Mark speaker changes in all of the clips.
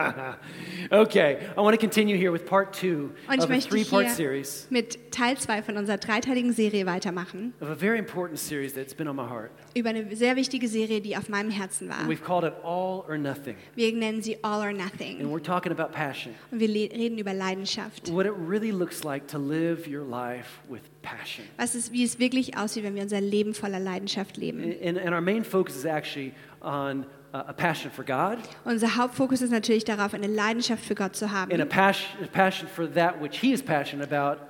Speaker 1: Okay, I want to continue here with part two
Speaker 2: Und ich
Speaker 1: of a
Speaker 2: möchte
Speaker 1: three part
Speaker 2: hier
Speaker 1: series
Speaker 2: mit Teil 2 von unserer dreiteiligen Serie weitermachen
Speaker 1: of a very important series that's been on my heart.
Speaker 2: über eine sehr wichtige Serie, die auf meinem Herzen war.
Speaker 1: And we've called it All or Nothing.
Speaker 2: Wir nennen sie All or
Speaker 1: And
Speaker 2: Nothing
Speaker 1: we're talking about passion.
Speaker 2: und wir le- reden über Leidenschaft.
Speaker 1: What it really looks like to live your life with passion.
Speaker 2: Was es, wie es wirklich aussieht, wenn wir unser Leben voller Leidenschaft leben.
Speaker 1: And, and our main focus is actually on uh, a passion for God
Speaker 2: Unser Hauptfokus ist natürlich darauf, eine Leidenschaft für Gott zu
Speaker 1: and a
Speaker 2: haben
Speaker 1: passion, a passion for that which He is passionate about,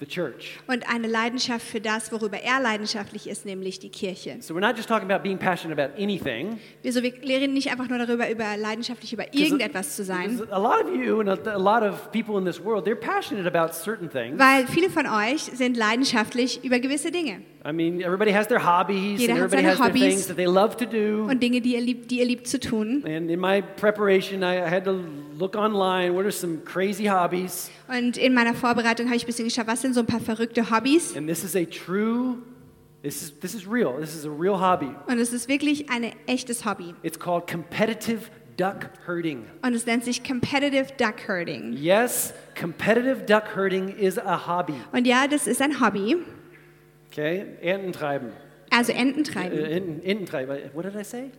Speaker 1: the church.
Speaker 2: und eine Leidenschaft für das, worüber er leidenschaftlich ist, nämlich die Kirche.
Speaker 1: So we're not just talking about being passionate about anything.
Speaker 2: Wir, so, wir reden nicht einfach nur darüber, über leidenschaftlich über
Speaker 1: 'cause
Speaker 2: irgendetwas zu sein,
Speaker 1: because A lot of you and a, a lot of people in this world, they're passionate about certain things.
Speaker 2: weil viele von euch sind leidenschaftlich über gewisse Dinge.
Speaker 1: I mean, everybody has their hobbies,
Speaker 2: Jeder
Speaker 1: and
Speaker 2: hat
Speaker 1: everybody
Speaker 2: seine
Speaker 1: has their
Speaker 2: Hobbys.
Speaker 1: things that they love to do.
Speaker 2: und Dinge, die ihr liebt, die ihr liebt zu tun.
Speaker 1: And in my preparation, I I had to look online. What are some crazy hobbies?
Speaker 2: Und in meiner Vorbereitung habe ich ein bisschen geschaut, was sind so ein paar verrückte Hobbys.
Speaker 1: And this is a true, this is, this is real. This is a real hobby.
Speaker 2: Und es ist wirklich ein echtes Hobby.
Speaker 1: It's called competitive duck herding.
Speaker 2: Und es nennt sich Competitive Duck Herding.
Speaker 1: Yes, competitive duck herding is a hobby.
Speaker 2: Und ja, das ist ein Hobby,
Speaker 1: Okay? Ententreiben.
Speaker 2: also Enten
Speaker 1: Uh,
Speaker 2: treiben.
Speaker 1: enten- Ententreiben. What did I say?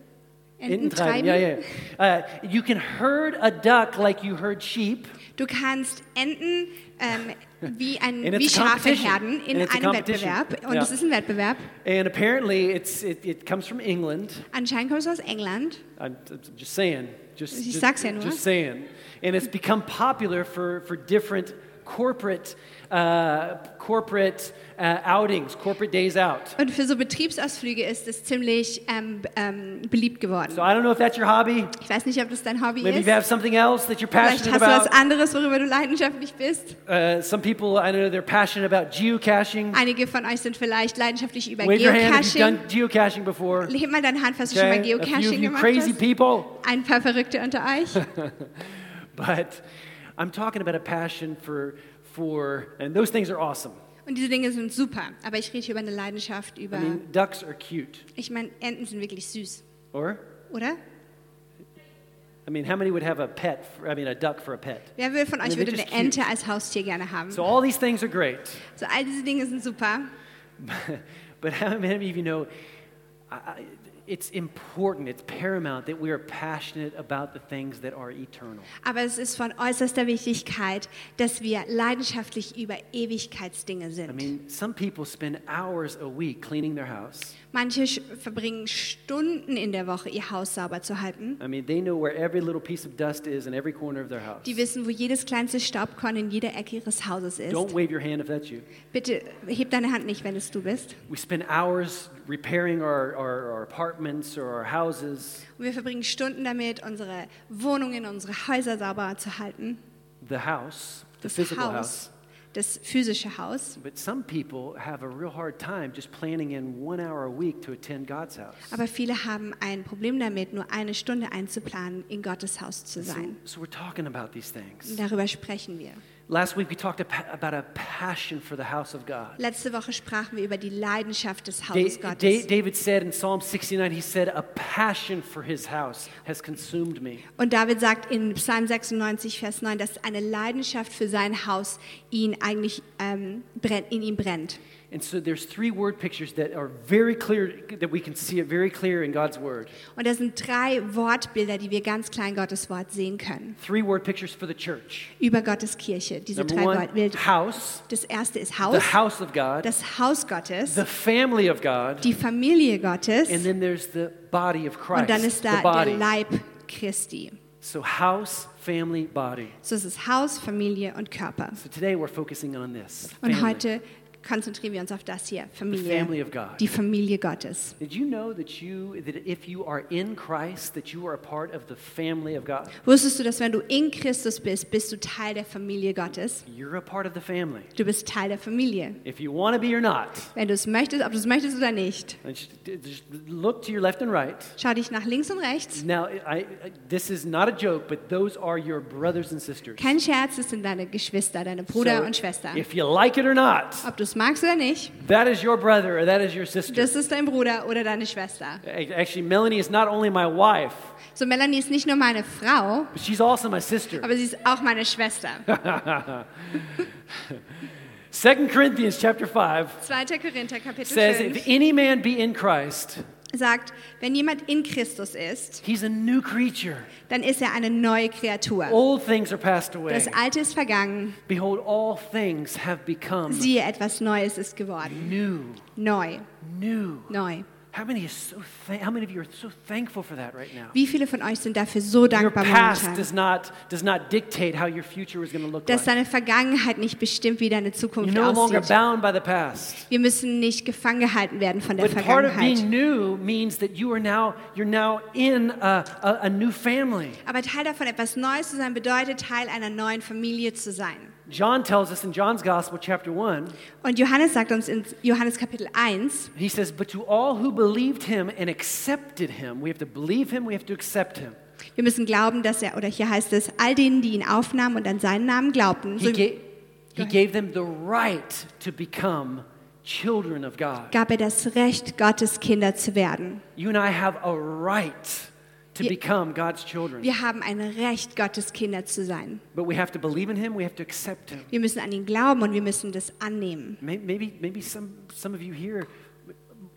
Speaker 2: Enten treiben.
Speaker 1: Yeah, yeah. Uh, you can herd a duck like you herd sheep.
Speaker 2: Du kannst Enten ähm, wie, ein,
Speaker 1: And it's
Speaker 2: wie
Speaker 1: a
Speaker 2: Schafe
Speaker 1: competition.
Speaker 2: herden in
Speaker 1: And it's a
Speaker 2: einem
Speaker 1: competition.
Speaker 2: Wettbewerb. Und
Speaker 1: Ja.
Speaker 2: es ist ein Wettbewerb.
Speaker 1: And apparently, it's, it, it comes from England.
Speaker 2: Anscheinend kommt es aus England.
Speaker 1: I'm, I'm just saying. Just,
Speaker 2: Ich
Speaker 1: just,
Speaker 2: sag's ja nur.
Speaker 1: just saying. And it's become popular for, for different corporate, uh, corporate uh, outings, corporate days out.
Speaker 2: Und für so Betriebsausflüge ist es ziemlich ähm, ähm, beliebt geworden.
Speaker 1: So I don't know if that's your hobby.
Speaker 2: Ich weiß nicht, ob das dein Hobby
Speaker 1: Maybe
Speaker 2: ist.
Speaker 1: you have something else that you're
Speaker 2: Vielleicht
Speaker 1: passionate
Speaker 2: hast du was
Speaker 1: about.
Speaker 2: anderes, worüber du leidenschaftlich bist.
Speaker 1: Uh, some people, I know they're passionate about geocaching.
Speaker 2: Einige von euch sind vielleicht leidenschaftlich über
Speaker 1: Wave your hand if you've
Speaker 2: Geocaching.
Speaker 1: done geocaching before.
Speaker 2: Heb mal deine Hand, falls du schon mal
Speaker 1: Okay? A few of
Speaker 2: Geocaching
Speaker 1: you
Speaker 2: gemacht
Speaker 1: crazy
Speaker 2: hast.
Speaker 1: people.
Speaker 2: Ein paar Verrückte unter euch.
Speaker 1: But I'm talking about a passion for, for and those things are awesome.
Speaker 2: Und diese Dinge sind super. Aber ich rede hier über eine Leidenschaft, über...
Speaker 1: I mean, ducks are cute.
Speaker 2: Ich meine, Enten sind wirklich süß,
Speaker 1: Or,
Speaker 2: oder?
Speaker 1: I mean, how many would have a pet, for, I mean, a duck for a pet?
Speaker 2: Wer will von
Speaker 1: Ja,
Speaker 2: euch würde
Speaker 1: wirklich
Speaker 2: eine Ente als Haustier gerne haben?
Speaker 1: So
Speaker 2: So,
Speaker 1: all these things are great.
Speaker 2: all diese Dinge sind super.
Speaker 1: but how many of you know I, I- it's important, it's paramount that we are passionate about the things that are eternal?
Speaker 2: Aber es ist von äußerster Wichtigkeit, dass wir leidenschaftlich über Ewigkeitsdinge
Speaker 1: I
Speaker 2: sind.
Speaker 1: mean, some people spend hours a week cleaning their house.
Speaker 2: Manche sch- verbringen Stunden in der Woche, ihr Haus sauber zu halten.
Speaker 1: I mean, they know where every little piece of dust is in every corner of their house.
Speaker 2: Die wissen, wo jedes kleinste Staubkorn in jeder Ecke ihres Hauses ist.
Speaker 1: Don't wave your hand if that's you.
Speaker 2: Bitte heb deine Hand nicht, wenn es du bist.
Speaker 1: We spend hours repairing our, our, our apartments or our houses.
Speaker 2: Und wir verbringen Stunden damit, unsere Wohnungen, unsere Häuser sauber zu halten.
Speaker 1: The house, the physical house.
Speaker 2: das physische Haus.
Speaker 1: But some people have a real hard time just planning in one hour a week to attend God's house.
Speaker 2: Aber viele haben ein Problem damit, nur eine Stunde einzuplanen, in Gottes Haus zu
Speaker 1: So,
Speaker 2: sein.
Speaker 1: so we're talking about these
Speaker 2: Und
Speaker 1: things.
Speaker 2: darüber sprechen wir.
Speaker 1: Last week we talked apa- about a passion for the house of God.
Speaker 2: Letzte Woche sprachen wir über die Leidenschaft des
Speaker 1: Da-
Speaker 2: Hauses
Speaker 1: Da-
Speaker 2: Gottes.
Speaker 1: David said in Psalm 69, he said, A passion for his house has consumed me.
Speaker 2: Und David sagt in Psalm 96, Vers 9, dass eine Leidenschaft für sein Haus ihn eigentlich ähm, brennt, in ihm brennt.
Speaker 1: And so there's three word pictures that are very clear, that we can see it very clear in God's word.
Speaker 2: Und das sind drei Wortbilder, die wir ganz klar in Gottes Wort sehen können.
Speaker 1: Three word pictures for the church.
Speaker 2: Über Gottes Kirche, diese
Speaker 1: Number
Speaker 2: drei
Speaker 1: one,
Speaker 2: Wortbilder.
Speaker 1: house,
Speaker 2: Das erste ist
Speaker 1: the
Speaker 2: Haus,
Speaker 1: house of God,
Speaker 2: das Haus Gottes,
Speaker 1: the family of God,
Speaker 2: die Familie Gottes
Speaker 1: and then there's the body of
Speaker 2: und dann
Speaker 1: Christ,
Speaker 2: ist
Speaker 1: the
Speaker 2: da der
Speaker 1: body.
Speaker 2: Leib Christi.
Speaker 1: So house, family, body.
Speaker 2: So ist es Haus, Familie und Körper.
Speaker 1: So today we're focusing on this.
Speaker 2: Und
Speaker 1: family,
Speaker 2: heute konzentrieren wir uns auf das hier,
Speaker 1: the family
Speaker 2: Familie,
Speaker 1: of God.
Speaker 2: die Familie Gottes.
Speaker 1: Did you know that you that if you are in Christ that you are a part of the family of God?
Speaker 2: Wusstest du, dass wenn du in Christus bist, bist du Teil der Familie Gottes?
Speaker 1: You're a part of the family.
Speaker 2: Du bist Teil der Familie.
Speaker 1: If you want to be or not.
Speaker 2: Wenn du es möchtest, ob du es möchtest oder nicht.
Speaker 1: And just- just look to your left and right.
Speaker 2: Schau dich nach links und rechts.
Speaker 1: Now, I, I- this is not a joke, but those are your brothers and sisters.
Speaker 2: Kein Scherz, es sind deine Geschwister, deine Bruder
Speaker 1: So,
Speaker 2: und Schwester.
Speaker 1: If you like it or not,
Speaker 2: Ob du es es magst oder nicht,
Speaker 1: That is your brother or that is your sister.
Speaker 2: das ist dein Bruder oder deine Schwester.
Speaker 1: A- Actually, Melanie is not only my wife,
Speaker 2: So, Melanie ist nicht nur meine Frau,
Speaker 1: but she's also my sister.
Speaker 2: aber sie ist auch meine Schwester.
Speaker 1: 2 Corinthians chapter 5
Speaker 2: 2. Korinther, Kapitel
Speaker 1: says, If
Speaker 2: 5
Speaker 1: any man be in Christ,
Speaker 2: sagt, wenn jemand in Christus ist,
Speaker 1: he's a new creature.
Speaker 2: dann ist er eine neue Kreatur.
Speaker 1: Old things are passed away.
Speaker 2: Das Alte ist vergangen,
Speaker 1: Behold, all things have become
Speaker 2: siehe, etwas Neues ist geworden.
Speaker 1: new.
Speaker 2: Neu,
Speaker 1: New.
Speaker 2: neu.
Speaker 1: How many, is so thank- how many of you are so thankful for that right now?
Speaker 2: Wie viele von euch sind dafür so
Speaker 1: Your
Speaker 2: dankbar
Speaker 1: past
Speaker 2: momentan?
Speaker 1: does not, does not dictate how your future is going to look
Speaker 2: Dass
Speaker 1: like.
Speaker 2: deine Vergangenheit nicht bestimmt, wie deine
Speaker 1: You're
Speaker 2: Zukunft
Speaker 1: no longer
Speaker 2: aussieht.
Speaker 1: bound by the past.
Speaker 2: Wir müssen nicht gefangen gehalten werden von der
Speaker 1: But part of
Speaker 2: Vergangenheit.
Speaker 1: being new means that you are now, you're now in a, a, a new family.
Speaker 2: Aber Teil davon, etwas Neues zu sein, bedeutet Teil einer neuen Familie zu sein.
Speaker 1: John tells us in John's Gospel, chapter 1,
Speaker 2: Und Johannes sagt uns in Johannes Kapitel 1,
Speaker 1: he says, But to all who believed him and accepted him, we have to believe him, we have to accept him.
Speaker 2: wir müssen glauben, dass er, oder hier heißt es, all denen, die ihn aufnahmen und an seinen Namen glaubten, so
Speaker 1: He, ga- he
Speaker 2: ahead.
Speaker 1: gave them the right to become children of God.
Speaker 2: gab er das Recht, Gottes Kinder zu werden.
Speaker 1: You and I have a right to
Speaker 2: Ye-
Speaker 1: become God's children.
Speaker 2: Wir haben ein Recht, Gottes Kinder zu sein.
Speaker 1: But we have to believe in him, we have to accept him.
Speaker 2: Wir müssen an ihn glauben und wir müssen das annehmen.
Speaker 1: May- Maybe, maybe some, some of you here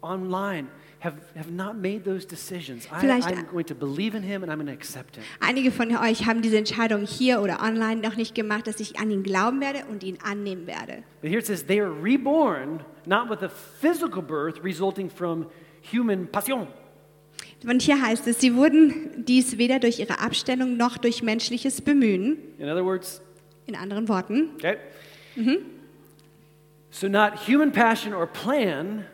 Speaker 1: online have, have not made those decisions. I,
Speaker 2: Vielleicht-
Speaker 1: I'm going to believe in him and I'm going to accept him.
Speaker 2: Einige von euch haben diese Entscheidung hier oder online noch nicht gemacht, dass ich an ihn glauben werde und ihn annehmen werde.
Speaker 1: But here it says they are reborn, not with a physical birth resulting from human passion,
Speaker 2: Und hier heißt es, sie wurden dies weder durch ihre Abstellung noch durch menschliches Bemühen,
Speaker 1: in other words,
Speaker 2: in anderen Worten,
Speaker 1: okay?
Speaker 2: Mm-hmm.
Speaker 1: So, not human passion or plan,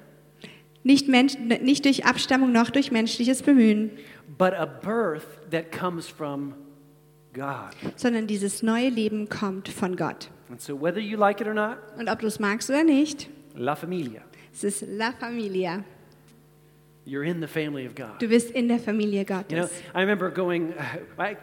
Speaker 2: nicht, Mensch, nicht durch Abstammung noch durch menschliches Bemühen,
Speaker 1: but a birth that comes from God.
Speaker 2: sondern dieses neue Leben kommt von Gott.
Speaker 1: And so, whether you like it or not,
Speaker 2: Und ob du es magst oder nicht,
Speaker 1: La Familia,
Speaker 2: es ist La Familia.
Speaker 1: you're in the family of God.
Speaker 2: Du bist in der Familie
Speaker 1: You know,
Speaker 2: Gottes.
Speaker 1: I remember going. I,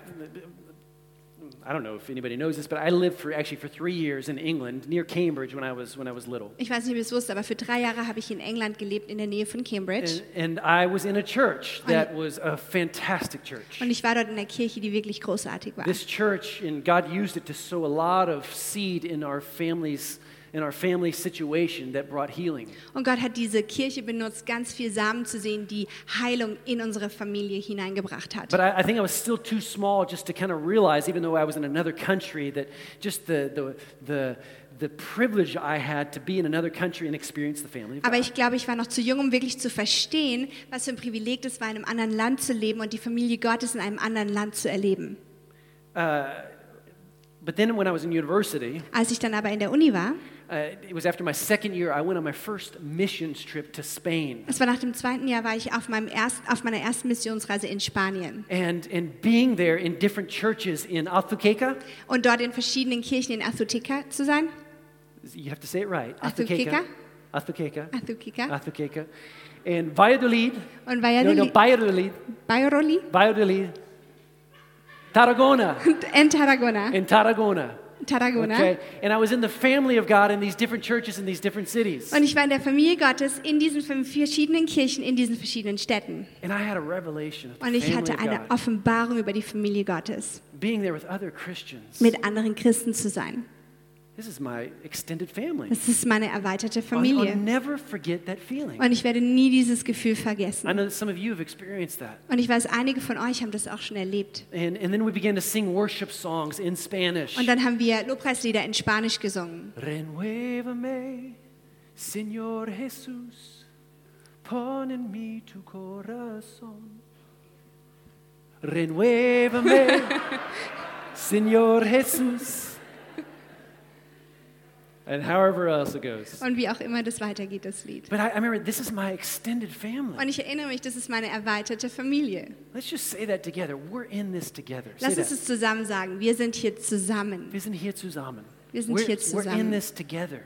Speaker 1: I don't know if anybody knows this, but I lived for actually for three years in England near Cambridge when I was when I was little,
Speaker 2: Ich weiß nicht, ob ihr es wusst, aber für drei Jahre habe ich in England gelebt, in der Nähe von Cambridge.
Speaker 1: and, and I was in a church that was a fantastic church.
Speaker 2: Und ich war dort in der Kirche, die wirklich großartig war.
Speaker 1: This church and God used it to sow a lot of seed in our families in our family situation that brought healing.
Speaker 2: Und Gott hat diese Kirche benutzt, ganz viel Samen zu sehen, die Heilung in unsere Familie hineingebracht hat.
Speaker 1: But I, I think I was still too small just to kind of realize, even though I was in another country, that just the the the the privilege I had to be in another country and experience the family of
Speaker 2: Aber ich glaube, ich war noch zu jung, um wirklich zu verstehen, was für ein Privileg es war, in einem anderen Land zu leben und die Familie Gottes in einem anderen Land zu erleben.
Speaker 1: But then when I was in university,
Speaker 2: Als ich dann aber in der Uni war,
Speaker 1: uh, it was after my second year, I went on my first missions trip to Spain.
Speaker 2: es war nach dem zweiten Jahr, war ich auf, meinem erst, auf meiner ersten Missionsreise in Spanien.
Speaker 1: And, and being there in different churches in Azuqueca,
Speaker 2: Und dort in verschiedenen Kirchen in Azutica zu sein,
Speaker 1: you have to say it right.
Speaker 2: Azuqueca? Uh-huh.
Speaker 1: Azuqueca.
Speaker 2: Azutica
Speaker 1: Azuqueca. And Valladolid.
Speaker 2: und
Speaker 1: No, Ah. no,
Speaker 2: Valladolid,
Speaker 1: Valladolid.
Speaker 2: Bayroli
Speaker 1: Valladolid. Tarragona.
Speaker 2: und in Tarragona.
Speaker 1: In Tarragona.
Speaker 2: Tarragona.
Speaker 1: Okay. And I was in the family of God in these different churches in these different cities.
Speaker 2: Und ich war in der Familie Gottes in diesen fünf verschiedenen Kirchen, in diesen verschiedenen Städten.
Speaker 1: And I had a revelation of
Speaker 2: Und
Speaker 1: the
Speaker 2: ich
Speaker 1: family
Speaker 2: hatte eine
Speaker 1: of God.
Speaker 2: Offenbarung über die Familie Gottes,
Speaker 1: Being there with other Christians.
Speaker 2: mit anderen Christen zu sein.
Speaker 1: This is my extended family.
Speaker 2: Das ist meine erweiterte
Speaker 1: I'll- I'll
Speaker 2: Familie.
Speaker 1: never forget that feeling.
Speaker 2: Und ich werde nie dieses Gefühl
Speaker 1: I
Speaker 2: vergessen.
Speaker 1: know that some of you have experienced that.
Speaker 2: Und ich weiß, einige von euch haben das auch schon erlebt.
Speaker 1: And, and then we began to sing worship songs in Spanish.
Speaker 2: Und dann haben wir Lobpreislieder in Spanisch gesungen.
Speaker 1: Renuévame, Señor Jesús, pon en mí tu corazón. Renuévame, Señor Jesús. And however else it goes.
Speaker 2: Und wie auch immer das weitergeht, das Lied.
Speaker 1: But I, I remember this is my extended family.
Speaker 2: Und ich erinnere mich, das ist meine erweiterte Familie.
Speaker 1: Let's just say that together. We're in this together. Say
Speaker 2: Lass
Speaker 1: that.
Speaker 2: uns es zusammen sagen. Wir sind hier zusammen.
Speaker 1: Wir sind hier zusammen.
Speaker 2: Wir sind
Speaker 1: we're,
Speaker 2: hier
Speaker 1: We're in
Speaker 2: zusammen.
Speaker 1: this together.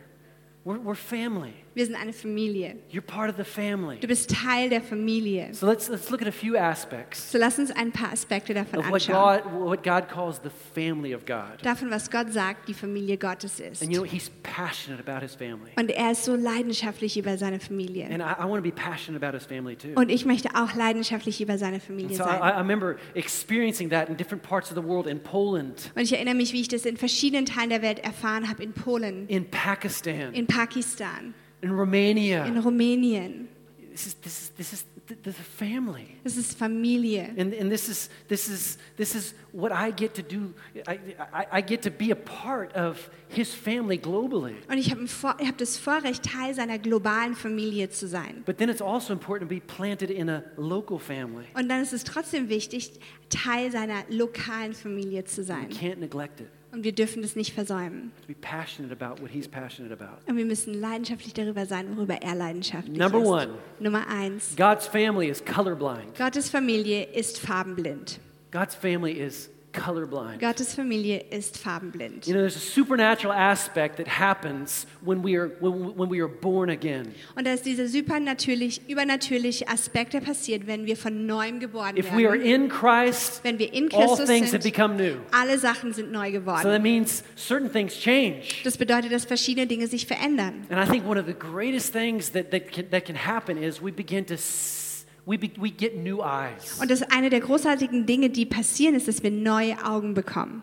Speaker 1: We're, we're family.
Speaker 2: Wir sind eine Familie.
Speaker 1: You're part of the family.
Speaker 2: Du bist Teil der Familie.
Speaker 1: So let's, let's look at a few aspects
Speaker 2: So lass uns ein paar Aspekte davon
Speaker 1: of what
Speaker 2: anschauen.
Speaker 1: God, what God calls the family of God.
Speaker 2: Davon, was Gott sagt, die Familie Gottes ist.
Speaker 1: And you know, He's passionate about His family.
Speaker 2: Und er ist so leidenschaftlich über seine Familie.
Speaker 1: And I, I want to be passionate about His family too.
Speaker 2: Und ich möchte auch leidenschaftlich über seine Familie
Speaker 1: And so I,
Speaker 2: sein.
Speaker 1: I remember experiencing that in different parts of the world, in Poland,
Speaker 2: Und ich erinnere mich, wie ich das in verschiedenen Teilen der Welt erfahren habe. In Polen,
Speaker 1: in Pakistan, in,
Speaker 2: in Pakistan,
Speaker 1: Romania.
Speaker 2: in Rumänien.
Speaker 1: this is, this is, this is the, the family.
Speaker 2: Das ist Familie.
Speaker 1: And, and this, is, this, is, this is what I get to do. I, I, I get to be a part of his family globally.
Speaker 2: Und ich habe ein Vor- ich habe das Vorrecht, Teil seiner globalen Familie zu sein.
Speaker 1: But then it's also important to be planted in a local family.
Speaker 2: Und dann ist es trotzdem wichtig, Teil seiner lokalen Familie zu
Speaker 1: We
Speaker 2: sein.
Speaker 1: can't neglect it.
Speaker 2: Und wir dürfen das nicht versäumen.
Speaker 1: To be passionate about what he's passionate about.
Speaker 2: Und wir müssen leidenschaftlich darüber sein, worüber er leidenschaftlich
Speaker 1: Number
Speaker 2: ist.
Speaker 1: one.
Speaker 2: Nummer eins.
Speaker 1: God's family is colorblind.
Speaker 2: Gottes Familie ist farbenblind.
Speaker 1: God's family is colorblind.
Speaker 2: Gottes Familie ist farbenblind.
Speaker 1: You know, there's a supernatural aspect that happens when we are, when, when we are born again.
Speaker 2: Und da ist dieser supernatürlich, übernatürliche Aspekt, der passiert, wenn wir von neuem geboren
Speaker 1: If we are
Speaker 2: werden.
Speaker 1: in Christ,
Speaker 2: Wenn wir in
Speaker 1: all
Speaker 2: Christus
Speaker 1: things have
Speaker 2: sind,
Speaker 1: become new.
Speaker 2: alle Sachen sind neu
Speaker 1: So that
Speaker 2: geworden.
Speaker 1: means certain things change.
Speaker 2: Das bedeutet, dass verschiedene Dinge sich verändern.
Speaker 1: And I think one of the greatest things that, that, can, that can happen is we begin to, s- we, be, we get new eyes.
Speaker 2: Und das eine der großartigen Dinge, die passieren, ist, dass wir neue Augen bekommen.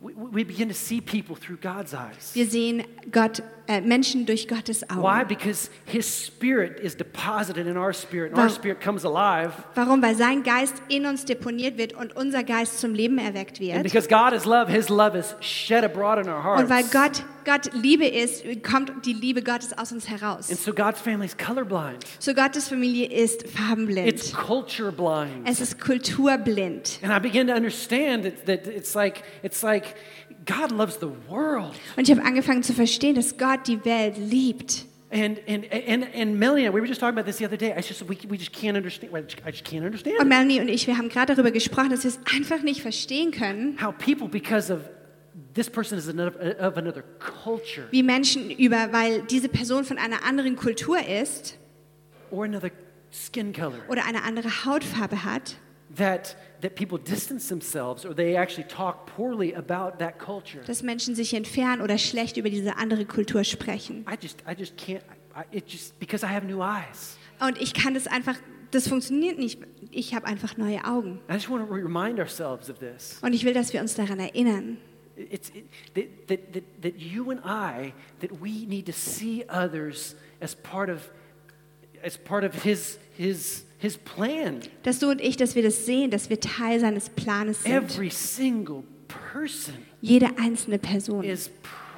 Speaker 1: We, we begin to see people through God's eyes.
Speaker 2: Wir sehen Gott, äh, Menschen durch Gottes Augen.
Speaker 1: Why? Because His Spirit is deposited in our spirit, and our
Speaker 2: Warum?
Speaker 1: spirit comes alive.
Speaker 2: Warum? Weil sein Geist in uns deponiert wird und unser Geist zum Leben erweckt
Speaker 1: And
Speaker 2: wird.
Speaker 1: because God is love, His love is shed abroad in our
Speaker 2: Und weil
Speaker 1: hearts.
Speaker 2: Gott, Gott Liebe ist, kommt die Liebe Gottes aus uns
Speaker 1: And
Speaker 2: heraus.
Speaker 1: so God's family is colorblind.
Speaker 2: So Gottes Familie ist
Speaker 1: It's
Speaker 2: farbenblind.
Speaker 1: culture blind.
Speaker 2: Es ist kulturblind.
Speaker 1: And I begin to understand that, that it's like it's like God loves the world.
Speaker 2: Und ich habe angefangen zu verstehen, dass Gott die Welt liebt.
Speaker 1: And and and and Melanie, we were just talking about this the other day. I just we, we just can't understand. I just can't
Speaker 2: Und
Speaker 1: understand
Speaker 2: Melanie und ich, wir haben gerade darüber gesprochen, dass wir es einfach nicht verstehen können,
Speaker 1: how people because of this person is another, of another culture
Speaker 2: wie Menschen über, weil diese Person von einer anderen Kultur ist
Speaker 1: or another skin color
Speaker 2: oder eine andere Hautfarbe hat,
Speaker 1: that that people distance themselves or they actually talk poorly about that culture.
Speaker 2: dass Menschen sich entfernen oder schlecht über diese andere Kultur sprechen.
Speaker 1: I just I just can't. I, it just because I have new eyes.
Speaker 2: Und ich kann das einfach, das funktioniert nicht. Ich habe einfach neue Augen.
Speaker 1: I just want to remind ourselves of this.
Speaker 2: Und ich will, dass wir uns daran erinnern,
Speaker 1: It's it, that, that, that, that you and I that we need to see others as part of as part of his his his plan.
Speaker 2: dass du und ich, dass wir das sehen, dass wir Teil seines Planes sind.
Speaker 1: Every single person
Speaker 2: Jede einzelne Person
Speaker 1: is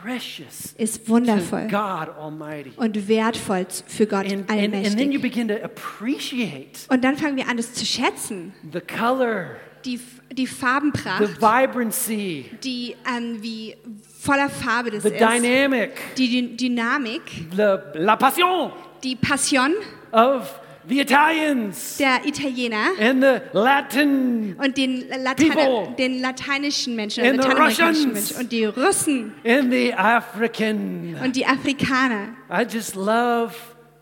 Speaker 1: precious
Speaker 2: ist
Speaker 1: to
Speaker 2: wundervoll
Speaker 1: God Almighty.
Speaker 2: und wertvoll für Gott
Speaker 1: And, and, and then you
Speaker 2: allmächtig.
Speaker 1: begin to appreciate
Speaker 2: Und dann fangen wir an, das zu schätzen.
Speaker 1: the color,
Speaker 2: Die, F-
Speaker 1: the
Speaker 2: die Farbenpracht,
Speaker 1: vibrancy,
Speaker 2: die ähm, wie voller Farbe das
Speaker 1: the
Speaker 2: ist.
Speaker 1: dynamic,
Speaker 2: Die Dyn- Dynamik,
Speaker 1: the la passion
Speaker 2: die Passion
Speaker 1: of the Italians
Speaker 2: der Italiener
Speaker 1: and the Latin
Speaker 2: und den, Latein
Speaker 1: People.
Speaker 2: den lateinischen Menschen,
Speaker 1: And
Speaker 2: und
Speaker 1: the
Speaker 2: lateinamerikanischen
Speaker 1: Russians.
Speaker 2: Menschen und die Russen
Speaker 1: In the African.
Speaker 2: und die Afrikaner.
Speaker 1: I just love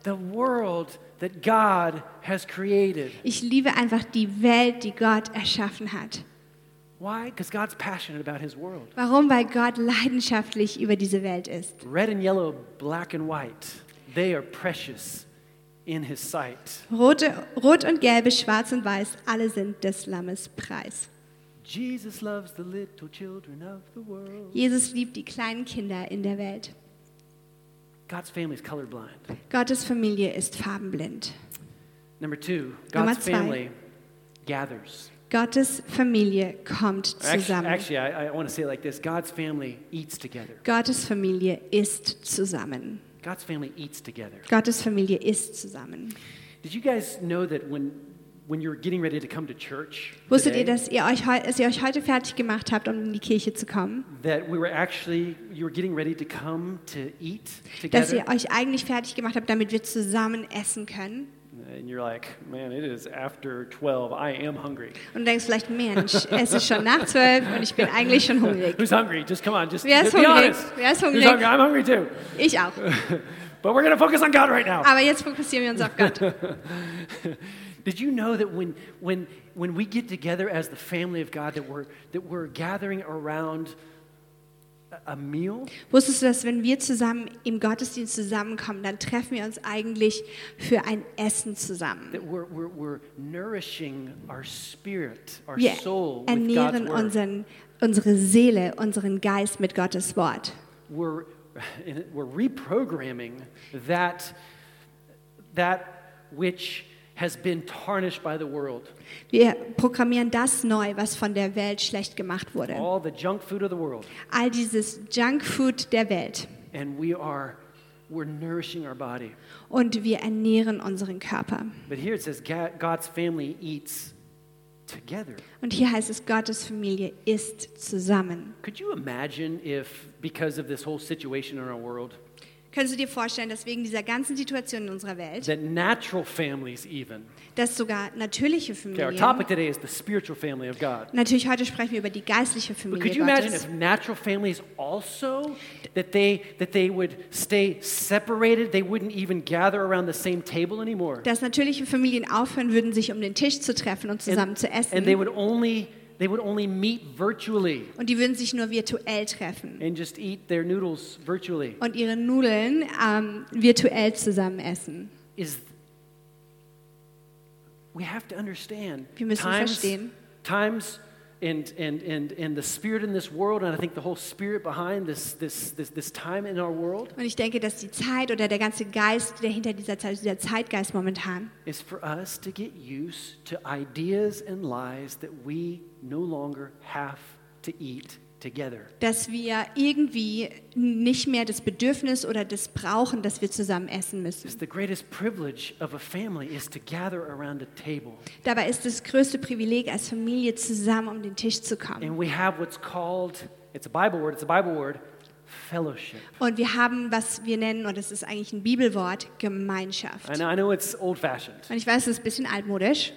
Speaker 1: the world that God has created.
Speaker 2: Ich liebe einfach die Welt, die Gott erschaffen hat.
Speaker 1: Why? Because God's passionate about His world.
Speaker 2: Warum? Weil Gott leidenschaftlich über diese Welt ist.
Speaker 1: Red and yellow, black and white, they are precious in His sight.
Speaker 2: Rote, rot und gelbe, schwarz und weiß, alle sind des Lammes Preis.
Speaker 1: Jesus loves the little children of the world.
Speaker 2: Jesus liebt die kleinen Kinder in der Welt.
Speaker 1: God's family is colorblind.
Speaker 2: Gottes Familie ist farbenblind.
Speaker 1: Number two,
Speaker 2: Nummer
Speaker 1: God's
Speaker 2: zwei.
Speaker 1: family gathers.
Speaker 2: Gottes Familie kommt
Speaker 1: Actually,
Speaker 2: zusammen.
Speaker 1: actually I, I want to say it like this God's family eats together.
Speaker 2: Gottes Familie ist zusammen.
Speaker 1: God's family eats together.
Speaker 2: Gottes Familie ist zusammen.
Speaker 1: Did you guys know that when, when you're getting ready to come to church,
Speaker 2: Wusstet
Speaker 1: today,
Speaker 2: ihr, dass ihr, euch, heu- dass ihr euch heute fertig gemacht habt, um in die Kirche zu kommen?
Speaker 1: that we were actually, you were getting ready to come to eat
Speaker 2: Dass
Speaker 1: together?
Speaker 2: ihr euch eigentlich fertig gemacht habt, damit wir zusammen essen können?
Speaker 1: And you're like, man, it is after 12. I am hungry.
Speaker 2: Und du denkst vielleicht, Mensch, es ist schon nach zwölf und ich bin eigentlich schon hungrig.
Speaker 1: Who's hungry? Just come on, just
Speaker 2: Wer ist
Speaker 1: be
Speaker 2: hungrig?
Speaker 1: honest.
Speaker 2: Wer ist
Speaker 1: Who's
Speaker 2: hungrig?
Speaker 1: hungry? I'm hungry too.
Speaker 2: Ich auch.
Speaker 1: But we're going to focus on God right now.
Speaker 2: Aber jetzt fokussieren wir uns auf Gott.
Speaker 1: Did you know that when, when, when we get together as the family of God, that we're, that we're gathering around a- a meal?
Speaker 2: Wusstest du, dass wenn wir zusammen im Gottesdienst zusammenkommen, dann treffen wir uns eigentlich für ein Essen zusammen.
Speaker 1: That we're, we're, we're nourishing our spirit, our
Speaker 2: Wir
Speaker 1: soul with God's
Speaker 2: ernähren
Speaker 1: word.
Speaker 2: unseren, unsere Seele, unseren Geist mit Gottes Wort.
Speaker 1: We're, we're reprogramming that, that which has been tarnished by the world.
Speaker 2: Wir programmieren das neu, was von der Welt schlecht gemacht wurde.
Speaker 1: all the junk food of the world
Speaker 2: All dieses Junkfood der Welt.
Speaker 1: and we are we're nourishing our body
Speaker 2: Und wir ernähren unseren Körper.
Speaker 1: but here it says Ga- god's family eats together
Speaker 2: Und hier heißt es, Gottes Familie ist zusammen.
Speaker 1: could you imagine if because of this whole situation in our world
Speaker 2: Kannst du dir vorstellen, dass wegen dieser ganzen Situation in unserer Welt,
Speaker 1: that natural families even
Speaker 2: dass sogar natürliche
Speaker 1: okay, our
Speaker 2: Familien
Speaker 1: topic today is the spiritual family of god
Speaker 2: Natürlich, heute sprechen wir über die geistliche
Speaker 1: but
Speaker 2: Familie
Speaker 1: could you imagine
Speaker 2: Gottes.
Speaker 1: if natural families also that they that they would stay separated they wouldn't even gather around the same table anymore
Speaker 2: Dass natürliche Familien aufhören würden, sich um den Tisch zu treffen und zusammen zu
Speaker 1: and they
Speaker 2: essen.
Speaker 1: would only they would only meet virtually
Speaker 2: Und die würden sich nur virtuell treffen
Speaker 1: and just eat their noodles virtually.
Speaker 2: und ihre Nudeln ähm, virtuell zusammen essen.
Speaker 1: Is we have to understand
Speaker 2: Wir müssen
Speaker 1: times,
Speaker 2: verstehen.
Speaker 1: times and, and, and, and the spirit in this world, and I think the whole spirit behind this, this, this, this time in our world
Speaker 2: Und ich denke, dass die Zeit oder der ganze Geist, der hinter dieser Zeit, dieser Zeitgeist momentan,
Speaker 1: is for us to get used to ideas and lies that we no longer have to eat together.
Speaker 2: dass wir irgendwie nicht mehr das Bedürfnis oder das brauchen, dass wir zusammen essen müssen.
Speaker 1: It's the greatest privilege of a family is to gather around a table.
Speaker 2: Dabei ist das größte Privileg als Familie zusammen um den Tisch zu kommen.
Speaker 1: And we have what's called, it's a Bible word, it's a Bible word, fellowship.
Speaker 2: Und wir haben, was wir nennen, und das ist eigentlich ein Bibelwort, Gemeinschaft.
Speaker 1: And I know it's old fashioned,
Speaker 2: Und ich weiß, es ist ein bisschen altmodisch,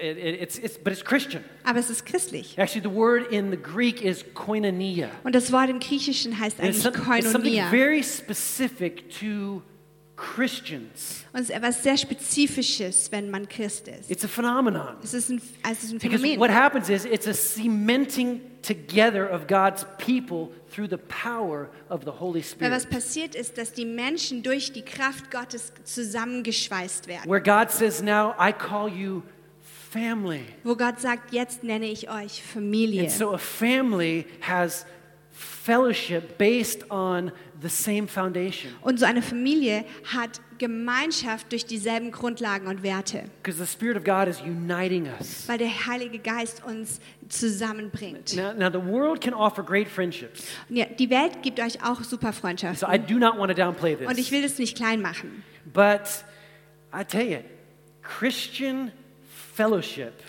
Speaker 1: it's, it's, but it's Christian.
Speaker 2: aber es ist christlich.
Speaker 1: Actually, the word in the Greek is koinonia.
Speaker 2: Und das Wort im Griechischen heißt
Speaker 1: And it's,
Speaker 2: eigentlich
Speaker 1: some- it's something
Speaker 2: Koinonia.
Speaker 1: very specific to Christians.
Speaker 2: Und es ist etwas sehr Spezifisches, wenn man Christ ist.
Speaker 1: It's a phenomenon.
Speaker 2: Es ist ein, also es ist ein
Speaker 1: Because what
Speaker 2: Phänomen.
Speaker 1: happens is it's a cementing together of God's people through the power of the Holy
Speaker 2: Weil was
Speaker 1: Spirit.
Speaker 2: passiert ist, dass die Menschen durch die Kraft Gottes zusammengeschweißt werden.
Speaker 1: Where God says, Now I call you family.
Speaker 2: Wo Gott sagt, jetzt nenne ich euch
Speaker 1: And
Speaker 2: Familie.
Speaker 1: so a family has fellowship based on the same foundation.
Speaker 2: Und so eine Familie hat Gemeinschaft durch dieselben Grundlagen und Werte,
Speaker 1: Because the Spirit of God is uniting us.
Speaker 2: weil der Heilige Geist uns zusammenbringt.
Speaker 1: Now, now, the world can offer great friendships.
Speaker 2: Und Ja, die Welt gibt euch auch super
Speaker 1: So
Speaker 2: Freundschaften.
Speaker 1: I do not want to downplay
Speaker 2: Und ich
Speaker 1: this.
Speaker 2: will das nicht klein machen.
Speaker 1: But I tell you, Christian fellowship,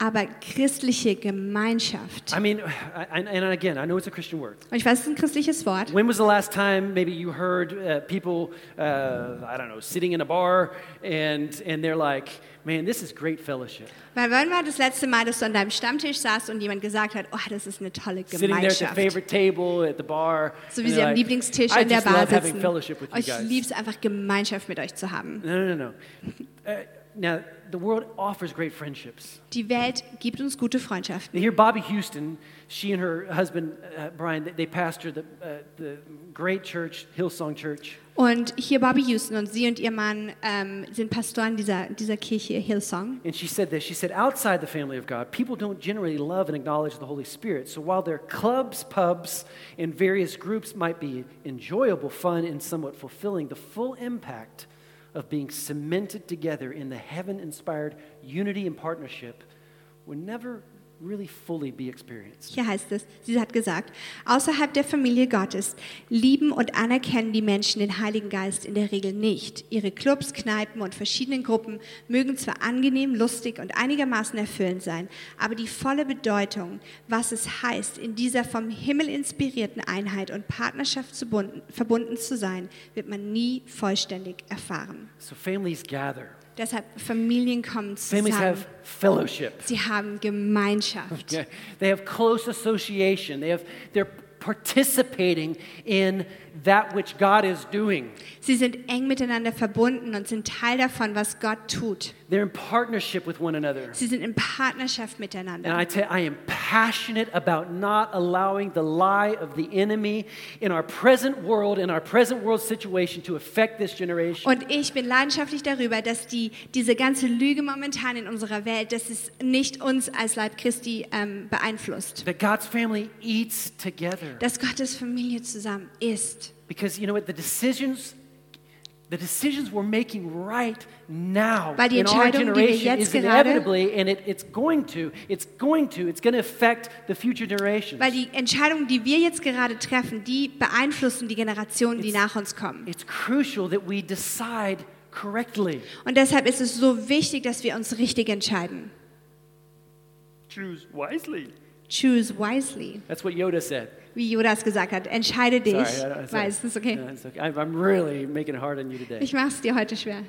Speaker 2: Aber christliche Gemeinschaft.
Speaker 1: I mean, I, I- and again, I know it's a Christian word.
Speaker 2: Und ich weiß, es ist ein christliches Wort.
Speaker 1: When was the last time maybe you heard uh, people, uh, I don't know, sitting in a bar and, and they're like, man, this is great fellowship.
Speaker 2: Weil wann war das letzte Mal, dass du an deinem Stammtisch saßt und jemand gesagt hat, oh, das ist eine tolle
Speaker 1: sitting there at their
Speaker 2: Gemeinschaft.
Speaker 1: favorite table at the bar.
Speaker 2: So
Speaker 1: and
Speaker 2: wie sie
Speaker 1: they're
Speaker 2: am
Speaker 1: like,
Speaker 2: Lieblingstisch
Speaker 1: I
Speaker 2: an der
Speaker 1: just
Speaker 2: Bar
Speaker 1: love having
Speaker 2: sitzen.
Speaker 1: fellowship with you
Speaker 2: Euch
Speaker 1: guys.
Speaker 2: liebt es einfach, Gemeinschaft mit euch zu haben.
Speaker 1: No, no, no, no. Uh, now the world offers great friendships.
Speaker 2: Die Welt gibt uns gute Freundschaften.
Speaker 1: Now, here, Bobby Houston, she and her husband uh, Brian, they, they pastor the, uh, the great church, Hillsong Church.
Speaker 2: Und hier Bobby Houston und sie und ihr Mann ähm, sind Pastoren dieser, dieser Kirche Hillsong.
Speaker 1: And she said this. She said, outside the family of God, people don't generally love and acknowledge the Holy Spirit. So while their clubs, pubs, and various groups might be enjoyable, fun, and somewhat fulfilling, the full impact of being cemented together in the heaven inspired unity and partnership will never really fully be experienced.
Speaker 2: Hier heißt es, sie hat gesagt, außerhalb der Familie Gottes lieben und anerkennen die Menschen den Heiligen Geist in der Regel nicht. Ihre Clubs, Kneipen und verschiedenen Gruppen mögen zwar angenehm, lustig und einigermaßen erfüllend sein, aber die volle Bedeutung, was es heißt, in dieser vom Himmel inspirierten Einheit und Partnerschaft zu bunden, verbunden zu sein, wird man nie vollständig erfahren.
Speaker 1: So families gather,
Speaker 2: Deshalb Familien kommen
Speaker 1: families
Speaker 2: zusammen.
Speaker 1: have fellowship.
Speaker 2: Sie haben Gemeinschaft.
Speaker 1: Yeah. They have close association. They have, they're participating in that which God is doing.
Speaker 2: Sie sind eng miteinander verbunden und sind Teil davon, was Gott tut.
Speaker 1: They're in partnership with one another.
Speaker 2: Sie sind in Partnerschaft
Speaker 1: And
Speaker 2: miteinander.
Speaker 1: I tell you, I am passionate about not allowing the lie of the enemy in our present world, in our present world situation, to affect this generation.
Speaker 2: Und ich bin leidenschaftlich darüber, dass die, diese ganze Lüge momentan in unserer Welt, dass es nicht uns als Leib Christi ähm, beeinflusst.
Speaker 1: That God's family eats together.
Speaker 2: Dass Gottes Familie zusammen ist.
Speaker 1: Because you know what? The decisions. The decisions we're making right now
Speaker 2: Weil die
Speaker 1: in our
Speaker 2: Entscheidungen, die wir
Speaker 1: generation
Speaker 2: jetzt
Speaker 1: is
Speaker 2: gerade-
Speaker 1: inevitably, and it, it's going to, it's going to, it's going to affect the future generations.
Speaker 2: Weil die Entscheidungen, die wir jetzt gerade treffen, die beeinflussen die Generationen, die
Speaker 1: It's-
Speaker 2: nach uns kommen.
Speaker 1: It's crucial that we decide correctly.
Speaker 2: Und deshalb ist es so wichtig, dass wir uns richtig entscheiden.
Speaker 1: Choose wisely.
Speaker 2: Choose wisely,
Speaker 1: That's what Yoda said.
Speaker 2: wie Yoda es gesagt hat. Entscheide
Speaker 1: Sorry,
Speaker 2: dich.
Speaker 1: also- I don't- it's
Speaker 2: Weiß, ist okay.
Speaker 1: Yeah, it's okay. I'm, I'm really making it hard on you today.
Speaker 2: Ich mache es dir heute schwer.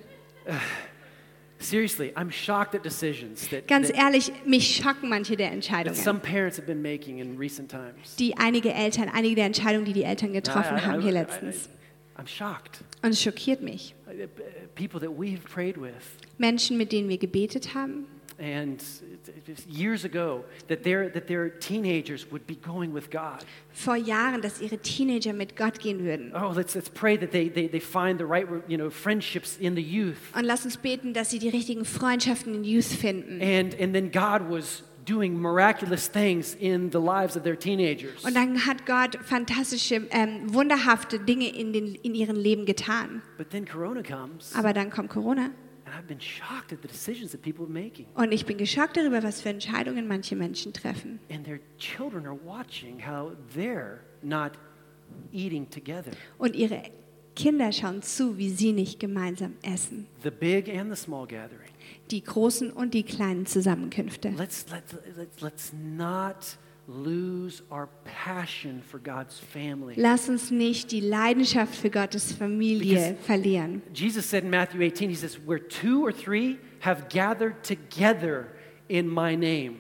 Speaker 1: Seriously, I'm shocked at decisions that,
Speaker 2: Ganz
Speaker 1: that-
Speaker 2: ehrlich, mich schocken manche der
Speaker 1: that
Speaker 2: Entscheidungen,
Speaker 1: some parents have been making in recent times.
Speaker 2: die einige Eltern, einige der Entscheidungen, die die Eltern getroffen haben hier letztens.
Speaker 1: am shocked.
Speaker 2: Und es schockiert mich.
Speaker 1: Uh, People that we've prayed with,
Speaker 2: Menschen, mit denen wir gebetet haben,
Speaker 1: and it- it was years ago, that their, that their teenagers would be going with God.
Speaker 2: vor Jahren, dass ihre Teenager mit Gott gehen würden.
Speaker 1: Oh, let's, let's pray that they, they, they find the right you know, friendships in the youth.
Speaker 2: Und lass uns beten, dass sie die richtigen Freundschaften in Youth finden.
Speaker 1: And, and then God was doing miraculous things in the lives of their teenagers.
Speaker 2: Und dann hat Gott fantastische, ähm, wunderhafte Dinge in, den, in ihren Leben getan.
Speaker 1: But then Corona comes,
Speaker 2: Aber dann kommt Corona
Speaker 1: and I've been shocked at the decisions that people are making.
Speaker 2: und ich bin geschockt darüber, was für Entscheidungen manche Menschen treffen.
Speaker 1: And their children are watching how they're not eating together,
Speaker 2: Und ihre Kinder schauen zu, wie sie nicht gemeinsam essen.
Speaker 1: the big and the small gathering.
Speaker 2: Die großen und die kleinen Zusammenkünfte.
Speaker 1: Let's, let's, let's, let's not lose our passion for God's family.
Speaker 2: Lass uns nicht die Leidenschaft für Gottes Familie
Speaker 1: Because-
Speaker 2: verlieren.
Speaker 1: Jesus said in Matthew 18, He says, Where two or three have gathered together in my name,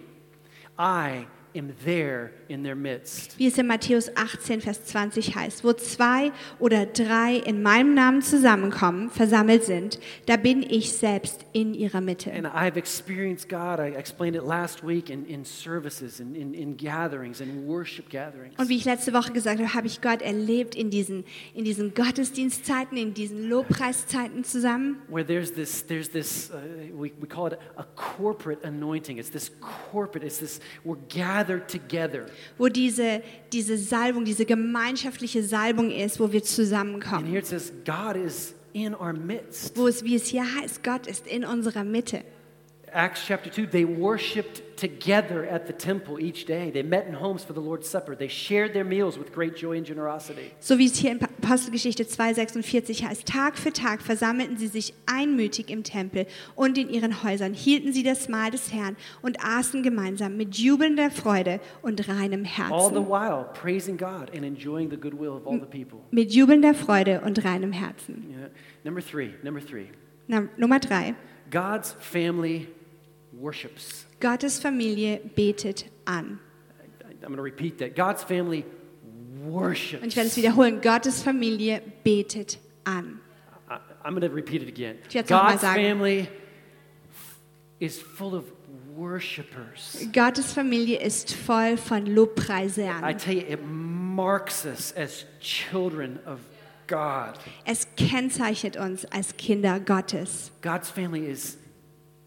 Speaker 1: I am there in their midst.
Speaker 2: Wie es in Matthäus 18, Vers 20 heißt, wo zwei oder drei in meinem Namen zusammenkommen, versammelt sind, da bin ich selbst in ihrer Mitte.
Speaker 1: And I've experienced God, I explained it last week, in, in services, in, in, in gatherings, in worship gatherings.
Speaker 2: Und wie ich letzte Woche gesagt habe, habe ich Gott erlebt in diesen, in diesen Gottesdienstzeiten, in diesen Lobpreiszeiten zusammen,
Speaker 1: where there's this, there's this uh, we, we call it a corporate anointing. It's this corporate, it's this, we're gathered together.
Speaker 2: wo diese, diese Salbung, diese gemeinschaftliche Salbung ist, wo wir
Speaker 1: And
Speaker 2: zusammenkommen.
Speaker 1: here it says, God is in our midst.
Speaker 2: Wo es, wie es hier heißt, Gott ist in unserer Mitte.
Speaker 1: Acts chapter 2, they worshiped together at the temple each day. They met in homes for the Lord's Supper. They shared their meals with great joy and generosity.
Speaker 2: So wie es hier in Apostelgeschichte 2,46 heißt, Tag für Tag versammelten sie sich einmütig im Tempel und in ihren Häusern, hielten sie das Mahl des Herrn und aßen gemeinsam mit jubelnder Freude und reinem
Speaker 1: All the
Speaker 2: Herzen.
Speaker 1: while praising God and enjoying the goodwill of all the people.
Speaker 2: Mit jubelnder Freude und reinem Herzen.
Speaker 1: Yeah. Number three, number three,
Speaker 2: Na, Nummer drei.
Speaker 1: God's family worships.
Speaker 2: Gottes Familie betet an.
Speaker 1: I'm going to repeat that. God's family worships.
Speaker 2: Und ich werde es wiederholen. Gottes Familie betet an.
Speaker 1: I, am going to repeat it again.
Speaker 2: Ich werd's noch mal
Speaker 1: God's
Speaker 2: sagen.
Speaker 1: family is full of worshipers.
Speaker 2: Gottes Familie ist voll von
Speaker 1: I
Speaker 2: Lobpreisern.
Speaker 1: tell you, it marks us as children of God.
Speaker 2: Es kennzeichnet uns als Kinder Gottes.
Speaker 1: God's family is,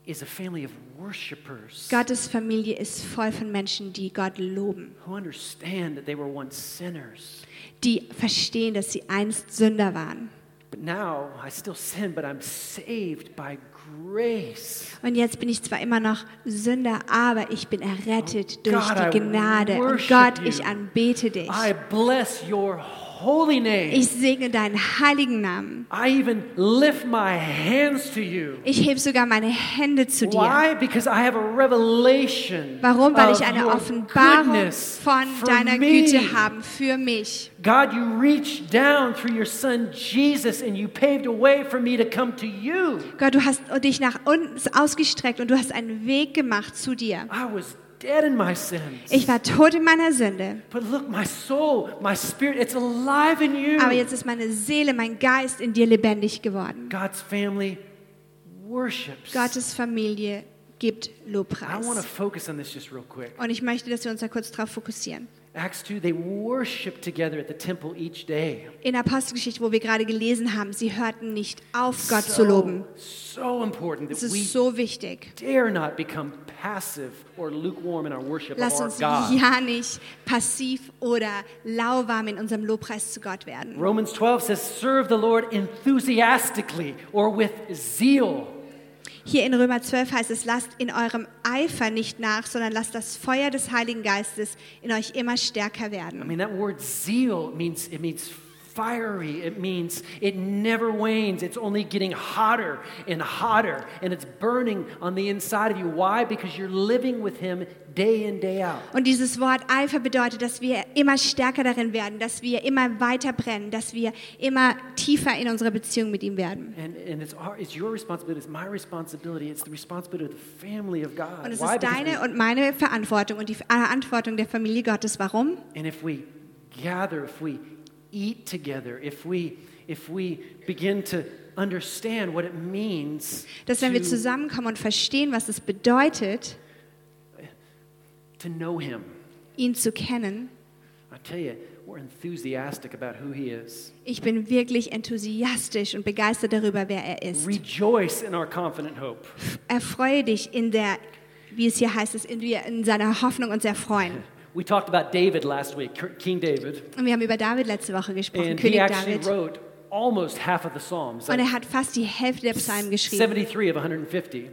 Speaker 1: is a family of worshipers
Speaker 2: Gottes Familie ist voll von Menschen, die Gott loben,
Speaker 1: who understand that they were once sinners.
Speaker 2: die verstehen, dass sie einst Sünder waren.
Speaker 1: But now I still sin, but I'm saved by grace.
Speaker 2: Und jetzt bin ich zwar immer noch Sünder, aber ich bin errettet
Speaker 1: Oh
Speaker 2: durch
Speaker 1: God, I
Speaker 2: die Gnade. Und
Speaker 1: worship
Speaker 2: Gott,
Speaker 1: you.
Speaker 2: ich anbete dich.
Speaker 1: I bless your holy name.
Speaker 2: Ich segne deinen heiligen Namen.
Speaker 1: I even lift my hands to you.
Speaker 2: Ich hebe sogar meine Hände zu dir.
Speaker 1: Why? Because I have a revelation.
Speaker 2: Warum? Weil
Speaker 1: of
Speaker 2: ich eine
Speaker 1: your
Speaker 2: Offenbarung
Speaker 1: goodness
Speaker 2: von
Speaker 1: for
Speaker 2: deiner
Speaker 1: me.
Speaker 2: Güte habe für mich.
Speaker 1: God, you reached down through your son Jesus and you paved a way for me to come to you.
Speaker 2: Gott, du hast dich nach uns ausgestreckt und du hast einen Weg gemacht zu dir.
Speaker 1: I was dead in my sins.
Speaker 2: Ich war tot in meiner Sünde,
Speaker 1: But look, my soul, my spirit, it's alive in you.
Speaker 2: aber jetzt ist meine Seele, mein Geist in dir lebendig geworden.
Speaker 1: God's family worships.
Speaker 2: Gottes Familie gibt
Speaker 1: I want to
Speaker 2: Lobpreis.
Speaker 1: focus on this just real quick.
Speaker 2: Und ich möchte, dass wir uns da kurz drauf fokussieren.
Speaker 1: Acts 2, they worship together at the temple each day.
Speaker 2: In der Apostelgeschichte, wo wir gerade gelesen haben, sie hörten nicht auf, Gott zu loben.
Speaker 1: so, so important
Speaker 2: Es
Speaker 1: that we
Speaker 2: ist so wichtig.
Speaker 1: dare not become passive or lukewarm in our worship of
Speaker 2: Lass
Speaker 1: our
Speaker 2: uns
Speaker 1: God.
Speaker 2: ja nicht passiv oder lauwarm in unserem Lobpreis zu Gott werden.
Speaker 1: Romans 12 says, serve the Lord enthusiastically or with zeal.
Speaker 2: Hier in Römer 12 heißt es, lasst in eurem Eifer nicht nach, sondern lasst das Feuer des Heiligen Geistes in euch immer stärker
Speaker 1: I
Speaker 2: werden.
Speaker 1: mean, that word zeal means it means fiery. It means it never wanes. It's only getting hotter and hotter, and it's burning on the inside of you. Why? Because you're living with Him day in day out.
Speaker 2: Und dieses Wort Eifer bedeutet, dass wir immer stärker darin werden, dass wir immer weiter brennen, dass wir immer tiefer in unserer Beziehung mit ihm werden.
Speaker 1: And, and it's, our, it's your responsibility, it's my responsibility, it's the responsibility of the family of God.
Speaker 2: Und es
Speaker 1: Why?
Speaker 2: ist
Speaker 1: Because
Speaker 2: deine
Speaker 1: we-
Speaker 2: und meine Verantwortung und die Verantwortung der Familie Gottes. Warum?
Speaker 1: and if we gather, if we eat together, if we, if we begin to understand what it means
Speaker 2: Dass wenn wir
Speaker 1: to,
Speaker 2: zusammenkommen und verstehen, was es bedeutet,
Speaker 1: to know Him,
Speaker 2: ihn zu kennen,
Speaker 1: I tell you, we're enthusiastic about who He is.
Speaker 2: ich bin wirklich enthusiastisch und begeistert darüber, wer er ist.
Speaker 1: Rejoice in our confident hope.
Speaker 2: Erfreue dich in der, wie es hier heißt, es in, wir- in seiner Hoffnung uns erfreuen.
Speaker 1: We talked about David last week, King David,
Speaker 2: Und wir haben über David letzte Woche gesprochen,
Speaker 1: and he
Speaker 2: König
Speaker 1: actually
Speaker 2: Oh, David.
Speaker 1: wrote almost half of the Psalms,
Speaker 2: Und
Speaker 1: like
Speaker 2: er hat fast die Hälfte der Psalmen geschrieben,
Speaker 1: 73 of 150.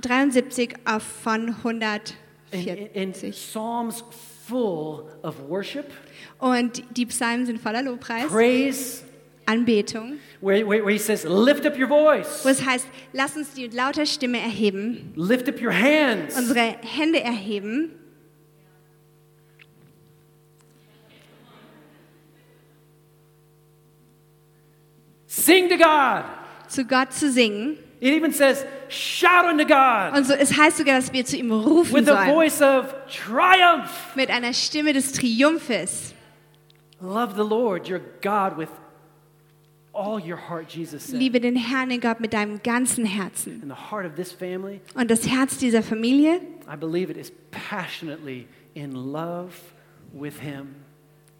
Speaker 2: 73 auf von
Speaker 1: And, and
Speaker 2: 140.
Speaker 1: Psalms full of worship,
Speaker 2: Und die Psalmen sind voller Lobpreis,
Speaker 1: praise,
Speaker 2: Anbetung.
Speaker 1: where, where, where he says, lift up your voice,
Speaker 2: Wo es heißt, lass uns die mit lauter Stimme erheben,
Speaker 1: lift up your hands.
Speaker 2: unsere Hände erheben.
Speaker 1: Sing to God.
Speaker 2: zu Gott zu singen.
Speaker 1: It even says, shout unto God
Speaker 2: Und so, es heißt sogar, dass wir zu ihm rufen
Speaker 1: with a
Speaker 2: sollen.
Speaker 1: voice of triumph.
Speaker 2: Mit einer Stimme des Triumphes.
Speaker 1: Love the Lord your God with all your heart, Jesus said.
Speaker 2: Liebe den Herrn, den Gott, mit deinem ganzen Herzen.
Speaker 1: And the heart of this family,
Speaker 2: Und das Herz dieser Familie
Speaker 1: I believe it is passionately in love with Him.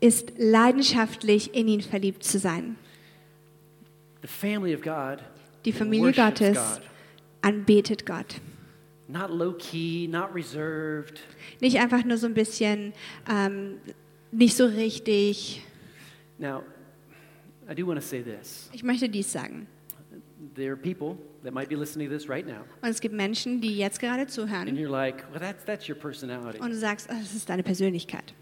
Speaker 2: ist leidenschaftlich in ihn verliebt zu sein.
Speaker 1: The family of God,
Speaker 2: Die Familie
Speaker 1: worships
Speaker 2: Gottes
Speaker 1: God.
Speaker 2: anbetet Gott.
Speaker 1: not low key, not reserved.
Speaker 2: Nicht einfach nur so ein bisschen, ähm, nicht so richtig.
Speaker 1: Now, I do want to say this.
Speaker 2: Ich möchte dies sagen.
Speaker 1: There are people that might be listening to this right now,
Speaker 2: Und es gibt Menschen, die jetzt gerade zuhören.
Speaker 1: and you're like, well, that's, that's your personality.
Speaker 2: Und du sagst, oh, das ist deine Persönlichkeit.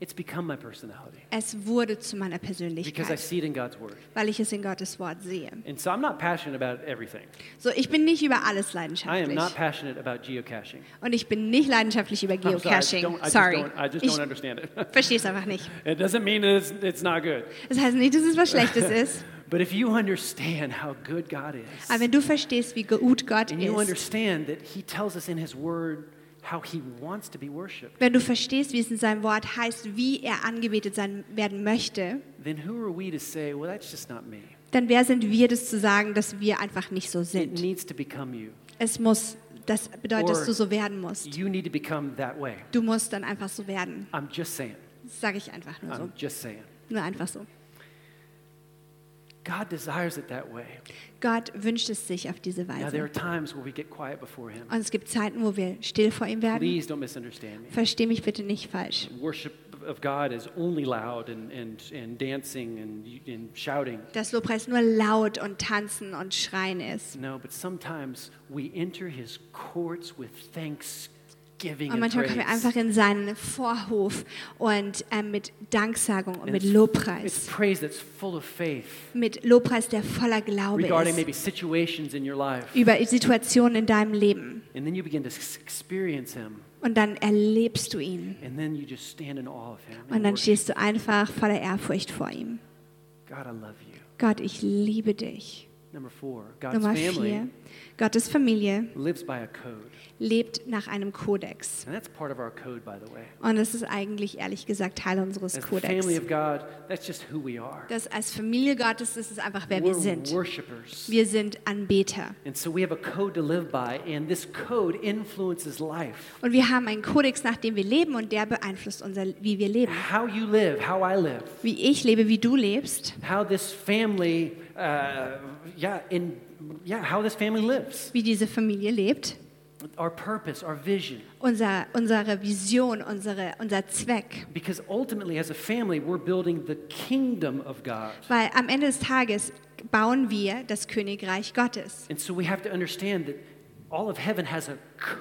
Speaker 1: It's become my personality
Speaker 2: Es wurde zu meiner
Speaker 1: because I
Speaker 2: Persönlichkeit,
Speaker 1: see it in God's Word.
Speaker 2: weil ich es in Gottes Wort sehe.
Speaker 1: And so I'm not passionate about everything.
Speaker 2: So, ich bin nicht über alles
Speaker 1: I am
Speaker 2: leidenschaftlich.
Speaker 1: not passionate about geocaching.
Speaker 2: Und ich bin nicht leidenschaftlich über
Speaker 1: I'm sorry, I just
Speaker 2: Geocaching.
Speaker 1: don't- I just
Speaker 2: Sorry.
Speaker 1: don't- I just
Speaker 2: ich
Speaker 1: don't understand it.
Speaker 2: verstehe es einfach nicht.
Speaker 1: It doesn't mean it's, it's not good.
Speaker 2: Das heißt nicht, dass es was Schlechtes ist,
Speaker 1: But if you understand how good God is,
Speaker 2: aber wenn du verstehst, wie gut Gott
Speaker 1: and you
Speaker 2: ist,
Speaker 1: understand that He tells us in His Word how He wants to be worshiped,
Speaker 2: wenn du verstehst, wie es in seinem Wort heißt, wie er angebetet sein werden möchte,
Speaker 1: then who are we to say, well, that's just not me?
Speaker 2: dann wer sind wir, das zu sagen, dass wir einfach nicht so
Speaker 1: It
Speaker 2: sind?
Speaker 1: needs to become you.
Speaker 2: Es muss, das bedeutet,
Speaker 1: Or
Speaker 2: dass du so werden musst.
Speaker 1: You need to become that way.
Speaker 2: Du musst dann einfach so werden.
Speaker 1: I'm just saying.
Speaker 2: Das sage ich einfach nur so.
Speaker 1: I'm just saying.
Speaker 2: Nur einfach so.
Speaker 1: God desires it that way.
Speaker 2: Gott wünscht es sich auf diese
Speaker 1: Now, there are
Speaker 2: Weise.
Speaker 1: times where we get quiet before Him.
Speaker 2: Und es gibt Zeiten, wo wir still vor ihm werden.
Speaker 1: Please don't misunderstand me.
Speaker 2: Versteh mich bitte nicht falsch.
Speaker 1: Worship of God is only loud and, and, and dancing and, and shouting.
Speaker 2: dass Lobpreis nur laut und tanzen und schreien ist.
Speaker 1: No, but sometimes we enter his courts with thanksgiving
Speaker 2: Und
Speaker 1: and
Speaker 2: manchmal
Speaker 1: praise.
Speaker 2: kommen wir einfach in seinen Vorhof und ähm, mit Danksagung und
Speaker 1: And
Speaker 2: mit
Speaker 1: it's- It's
Speaker 2: Lobpreis.
Speaker 1: praise that's full of faith
Speaker 2: Mit Lobpreis, der voller Glaube
Speaker 1: regarding
Speaker 2: ist.
Speaker 1: maybe situations in your life.
Speaker 2: Über Situationen in deinem Leben.
Speaker 1: And then you begin to s- experience him.
Speaker 2: Und dann erlebst du ihn.
Speaker 1: And then you just stand in awe of him. and
Speaker 2: Und dann
Speaker 1: worship.
Speaker 2: stehst du einfach voller Ehrfurcht vor ihm.
Speaker 1: God, I love you.
Speaker 2: Gott, ich liebe dich.
Speaker 1: Number four, God's
Speaker 2: Nummer
Speaker 1: family
Speaker 2: vier. Gottes Familie
Speaker 1: lives by a code.
Speaker 2: lebt nach einem Kodex.
Speaker 1: And that's part of our code, by the way.
Speaker 2: Und das ist eigentlich, ehrlich gesagt, Teil unseres
Speaker 1: As the family
Speaker 2: Kodex.
Speaker 1: of God, that's just who we are.
Speaker 2: Das als Familie Gottes, das ist einfach, wer wir
Speaker 1: We're
Speaker 2: sind.
Speaker 1: worshipers.
Speaker 2: Wir sind Anbeter.
Speaker 1: And so we have a code to live by, and this code influences life.
Speaker 2: Und wir haben einen Kodex, nach dem wir leben und der beeinflusst unser, wie wir leben.
Speaker 1: How you live, how I live,
Speaker 2: Wie ich lebe, wie du lebst,
Speaker 1: how this family, uh, yeah, in, yeah, how this family lives,
Speaker 2: wie diese Familie lebt,
Speaker 1: our purpose, our vision.
Speaker 2: unser, unsere Vision, unsere, unser Zweck.
Speaker 1: Because ultimately, as a family, we're building the kingdom of God.
Speaker 2: Weil am Ende des Tages bauen wir das Königreich Gottes.
Speaker 1: And so we have to understand that all of heaven has a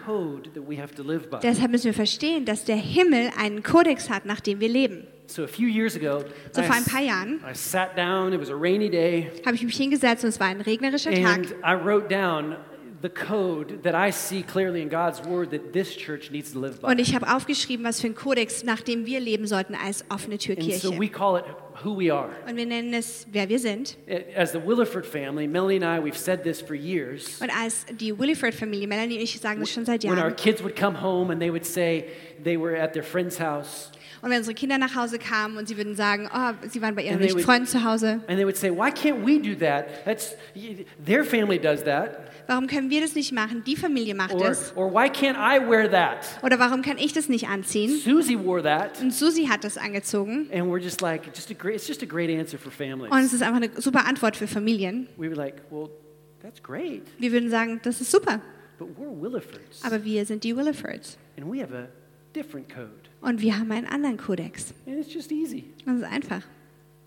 Speaker 1: code that we have to live by.
Speaker 2: Deshalb müssen wir verstehen, dass der Himmel einen Kodex hat, nach dem wir leben.
Speaker 1: so a few years ago,
Speaker 2: So
Speaker 1: I,
Speaker 2: vor ein paar
Speaker 1: s-
Speaker 2: Jahren-
Speaker 1: I sat down, it was a rainy day,
Speaker 2: Habe ich mich hingesetzt und es war ein regnerischer Tag.
Speaker 1: and I wrote down the code that I see clearly in God's word that this church needs to live by.
Speaker 2: Und ich habe aufgeschrieben, was für ein Kodex, nach dem wir leben sollten als offene
Speaker 1: And
Speaker 2: Türkirche.
Speaker 1: so we
Speaker 2: Und
Speaker 1: call it who we are.
Speaker 2: wir nennen es, wer wir sind.
Speaker 1: As the Williford family, Melanie and I, we've said this for years.
Speaker 2: Und als die Williford-Familie, Melanie und ich sagen das schon seit
Speaker 1: When our
Speaker 2: Jahren,
Speaker 1: kids would come home and they would say they were at their friend's house,
Speaker 2: und wenn unsere Kinder nach Hause kamen und sie würden sagen, oh, sie waren bei ihren
Speaker 1: And they
Speaker 2: richtigen
Speaker 1: would-
Speaker 2: Freunden zu Hause,
Speaker 1: and they would say, Why can't we do that? That's, their family does that.
Speaker 2: warum können wir das nicht machen? Die Familie macht
Speaker 1: Or,
Speaker 2: es.
Speaker 1: or why can't I wear that?
Speaker 2: Oder warum kann ich das nicht anziehen?
Speaker 1: Susie wore that.
Speaker 2: Und Susi hat das angezogen.
Speaker 1: And we're just like, just a great, it's just a great answer for families.
Speaker 2: Und es ist einfach eine super Antwort für Familien.
Speaker 1: We were like, Well, that's great,
Speaker 2: Wir würden sagen, das ist super.
Speaker 1: but we're Willifords.
Speaker 2: Aber wir sind die Willifords.
Speaker 1: And we have a different code.
Speaker 2: Und wir haben einen anderen Kodex.
Speaker 1: And it's just easy.
Speaker 2: Das ist einfach.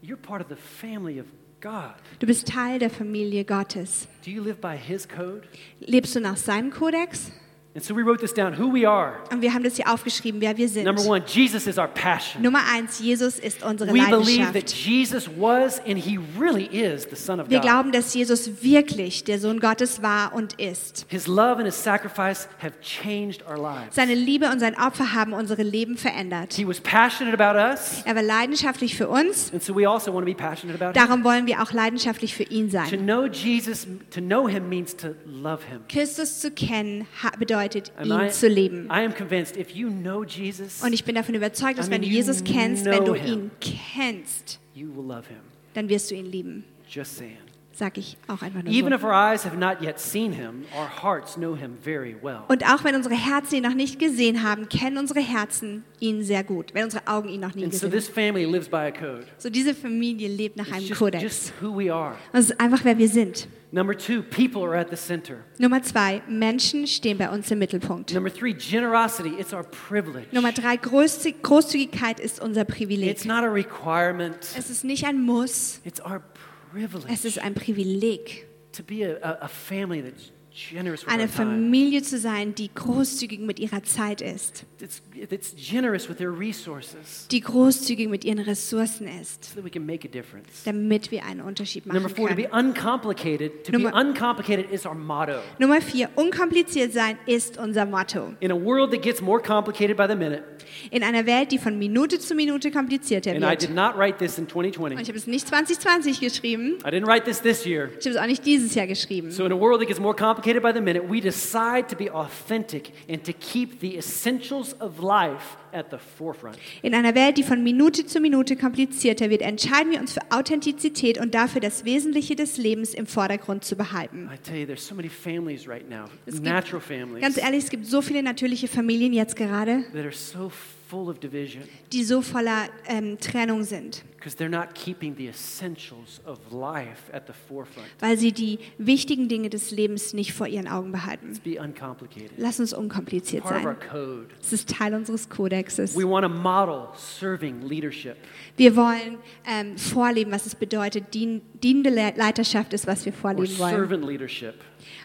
Speaker 1: You're part of the family of God.
Speaker 2: Du bist Teil der Familie Gottes.
Speaker 1: Do you live by His code?
Speaker 2: Lebst du nach seinem Kodex?
Speaker 1: And so we wrote this down who we are.
Speaker 2: Und wir haben das hier aufgeschrieben, wer wir sind.
Speaker 1: Number one, Jesus is our passion.
Speaker 2: Nummer eins, Jesus ist unsere
Speaker 1: We believe that
Speaker 2: Leidenschaft.
Speaker 1: Jesus was and He really is the Son of
Speaker 2: Wir
Speaker 1: God.
Speaker 2: glauben, dass Jesus wirklich der Sohn Gottes war und ist.
Speaker 1: His love and His sacrifice have changed our lives.
Speaker 2: Seine Liebe und sein Opfer haben unsere Leben verändert.
Speaker 1: He was passionate about us,
Speaker 2: Er war leidenschaftlich für uns,
Speaker 1: and so we also want to be passionate about Him.
Speaker 2: darum wollen wir auch leidenschaftlich für ihn
Speaker 1: To
Speaker 2: sein.
Speaker 1: know Jesus, to know Him means to love Him.
Speaker 2: Christus zu kennen ha- bedeutet,
Speaker 1: And I,
Speaker 2: ihn zu leben.
Speaker 1: I am convinced if you know Jesus,
Speaker 2: Und ich bin davon überzeugt, dass
Speaker 1: I
Speaker 2: wenn
Speaker 1: mean,
Speaker 2: du
Speaker 1: you
Speaker 2: Jesus kennst, wenn
Speaker 1: know
Speaker 2: du
Speaker 1: him.
Speaker 2: ihn kennst,
Speaker 1: you will love Him.
Speaker 2: dann wirst du ihn lieben.
Speaker 1: Just saying.
Speaker 2: Sag ich auch einfach nur
Speaker 1: Even
Speaker 2: so.
Speaker 1: if our eyes have not yet seen Him, our hearts know Him very well.
Speaker 2: Und auch wenn unsere Herzen ihn noch nicht gesehen haben, kennen unsere Herzen ihn sehr gut, wenn unsere Augen ihn noch nie
Speaker 1: And so
Speaker 2: gesehen haben.
Speaker 1: this family lives by a code.
Speaker 2: So diese Familie lebt nach
Speaker 1: It's
Speaker 2: einem
Speaker 1: just, just
Speaker 2: Kodex.
Speaker 1: who we are.
Speaker 2: Das ist einfach, wer wir sind.
Speaker 1: Number two, people are at the center.
Speaker 2: Nummer zwei, Menschen stehen bei uns im Mittelpunkt.
Speaker 1: Number three, generosity. It's our privilege.
Speaker 2: Nummer drei, Großzü- Großzügigkeit ist unser Privileg.
Speaker 1: It's not a requirement.
Speaker 2: Es ist nicht ein Muss,
Speaker 1: It's our
Speaker 2: es
Speaker 1: privilege
Speaker 2: ist ein Privileg.
Speaker 1: to be a, a, a family that's generous with
Speaker 2: Eine
Speaker 1: our time.
Speaker 2: Familie zu sein, die großzügig mit ihrer Zeit ist,
Speaker 1: It's, it's generous with their resources
Speaker 2: die großzügig mit ihren Ressourcen ist,
Speaker 1: so that we can make a difference.
Speaker 2: damit wir einen Unterschied machen
Speaker 1: Number four, to be
Speaker 2: können.
Speaker 1: uncomplicated. To be
Speaker 2: Nummer-
Speaker 1: uncomplicated is our motto.
Speaker 2: Nummer vier, unkompliziert sein ist unser Motto.
Speaker 1: In a world that gets more complicated by the minute,
Speaker 2: In einer Welt, die von Minute zu Minute komplizierter
Speaker 1: and I did
Speaker 2: wird.
Speaker 1: not write this in
Speaker 2: Und
Speaker 1: 2020.
Speaker 2: ich habe es nicht 2020 geschrieben,
Speaker 1: I didn't write this this year.
Speaker 2: ich habe es auch nicht dieses Jahr geschrieben.
Speaker 1: So, in a world that gets more complicated by the minute, we decide to be authentic and to keep the essentials of life at the forefront.
Speaker 2: In einer Welt, die von Minute zu Minute komplizierter wird, entscheiden wir uns für Authentizität und dafür, das Wesentliche des Lebens im Vordergrund zu behalten.
Speaker 1: I tell you, there's so many families right now,
Speaker 2: Es gibt-
Speaker 1: natural families,
Speaker 2: Ganz ehrlich, es gibt so viele natürliche Familien jetzt gerade,
Speaker 1: that are so full of division
Speaker 2: die so voller ähm, Trennung sind,
Speaker 1: because they're not keeping the essentials of life at the forefront.
Speaker 2: weil sie die wichtigen Dinge des Lebens nicht vor ihren Augen behalten.
Speaker 1: Be uncomplicated.
Speaker 2: Lass uns unkompliziert
Speaker 1: Part of our
Speaker 2: sein.
Speaker 1: code.
Speaker 2: Es ist Teil unseres Kodexes.
Speaker 1: We want to model serving leadership.
Speaker 2: Wir wollen ähm, vorleben, was es bedeutet. Dien, dienende Le Leiterschaft ist, was wir
Speaker 1: Or
Speaker 2: vorleben wollen.
Speaker 1: servant leadership.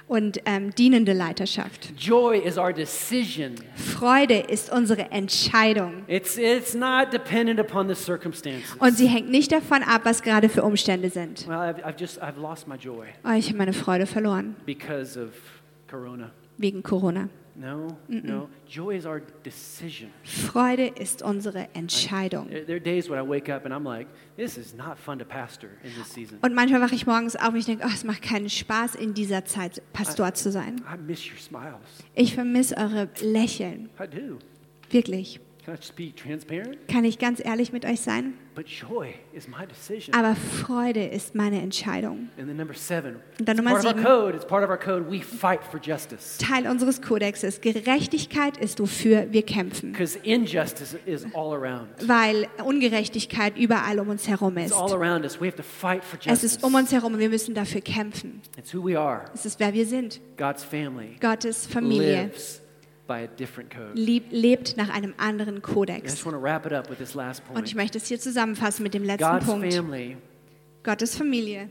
Speaker 2: Und ähm, dienende Leiterschaft.
Speaker 1: Joy is our decision.
Speaker 2: Freude ist unsere Entscheidung.
Speaker 1: It's, it's not dependent upon the circumstances.
Speaker 2: Und sie hängt nicht davon ab, was gerade für Umstände sind.
Speaker 1: Well, I've, I've just I've lost my joy
Speaker 2: Oh, ich habe meine Freude verloren
Speaker 1: because of Corona.
Speaker 2: wegen Corona.
Speaker 1: No, no. Joy is our decision.
Speaker 2: Freude ist unsere Entscheidung.
Speaker 1: There, there are days when I wake up and I'm like, this is not fun to pastor in this season.
Speaker 2: Und manchmal wache ich morgens auf und ich denke, oh, es macht keinen Spaß, in dieser Zeit Pastor zu sein.
Speaker 1: I miss your smiles.
Speaker 2: Ich vermisse eure Lächeln.
Speaker 1: I do.
Speaker 2: Wirklich.
Speaker 1: Can I just be transparent?
Speaker 2: Kann ich ganz ehrlich mit euch sein?
Speaker 1: But joy is my decision.
Speaker 2: Aber Freude ist meine Entscheidung.
Speaker 1: And then number seven.
Speaker 2: Und dann
Speaker 1: it's
Speaker 2: Nummer
Speaker 1: part of our
Speaker 2: sieben.
Speaker 1: code. It's part of our code. We fight for justice.
Speaker 2: Teil unseres Kodexes. Gerechtigkeit ist, wofür wir kämpfen.
Speaker 1: Because injustice is all around.
Speaker 2: Weil Ungerechtigkeit überall um uns herum
Speaker 1: It's
Speaker 2: ist.
Speaker 1: all around us. We have to fight for
Speaker 2: Es
Speaker 1: justice.
Speaker 2: ist um uns herum und wir müssen dafür kämpfen.
Speaker 1: It's who we are.
Speaker 2: Es ist, wer wir sind.
Speaker 1: God's family
Speaker 2: Gottes Familie
Speaker 1: lives by a different code.
Speaker 2: lieb, lebt nach einem anderen
Speaker 1: I just
Speaker 2: Kodex.
Speaker 1: want to wrap it up with this last
Speaker 2: Und ich
Speaker 1: point.
Speaker 2: möchte es hier zusammenfassen mit dem letzten
Speaker 1: God's
Speaker 2: Punkt.
Speaker 1: family
Speaker 2: Gottes Familie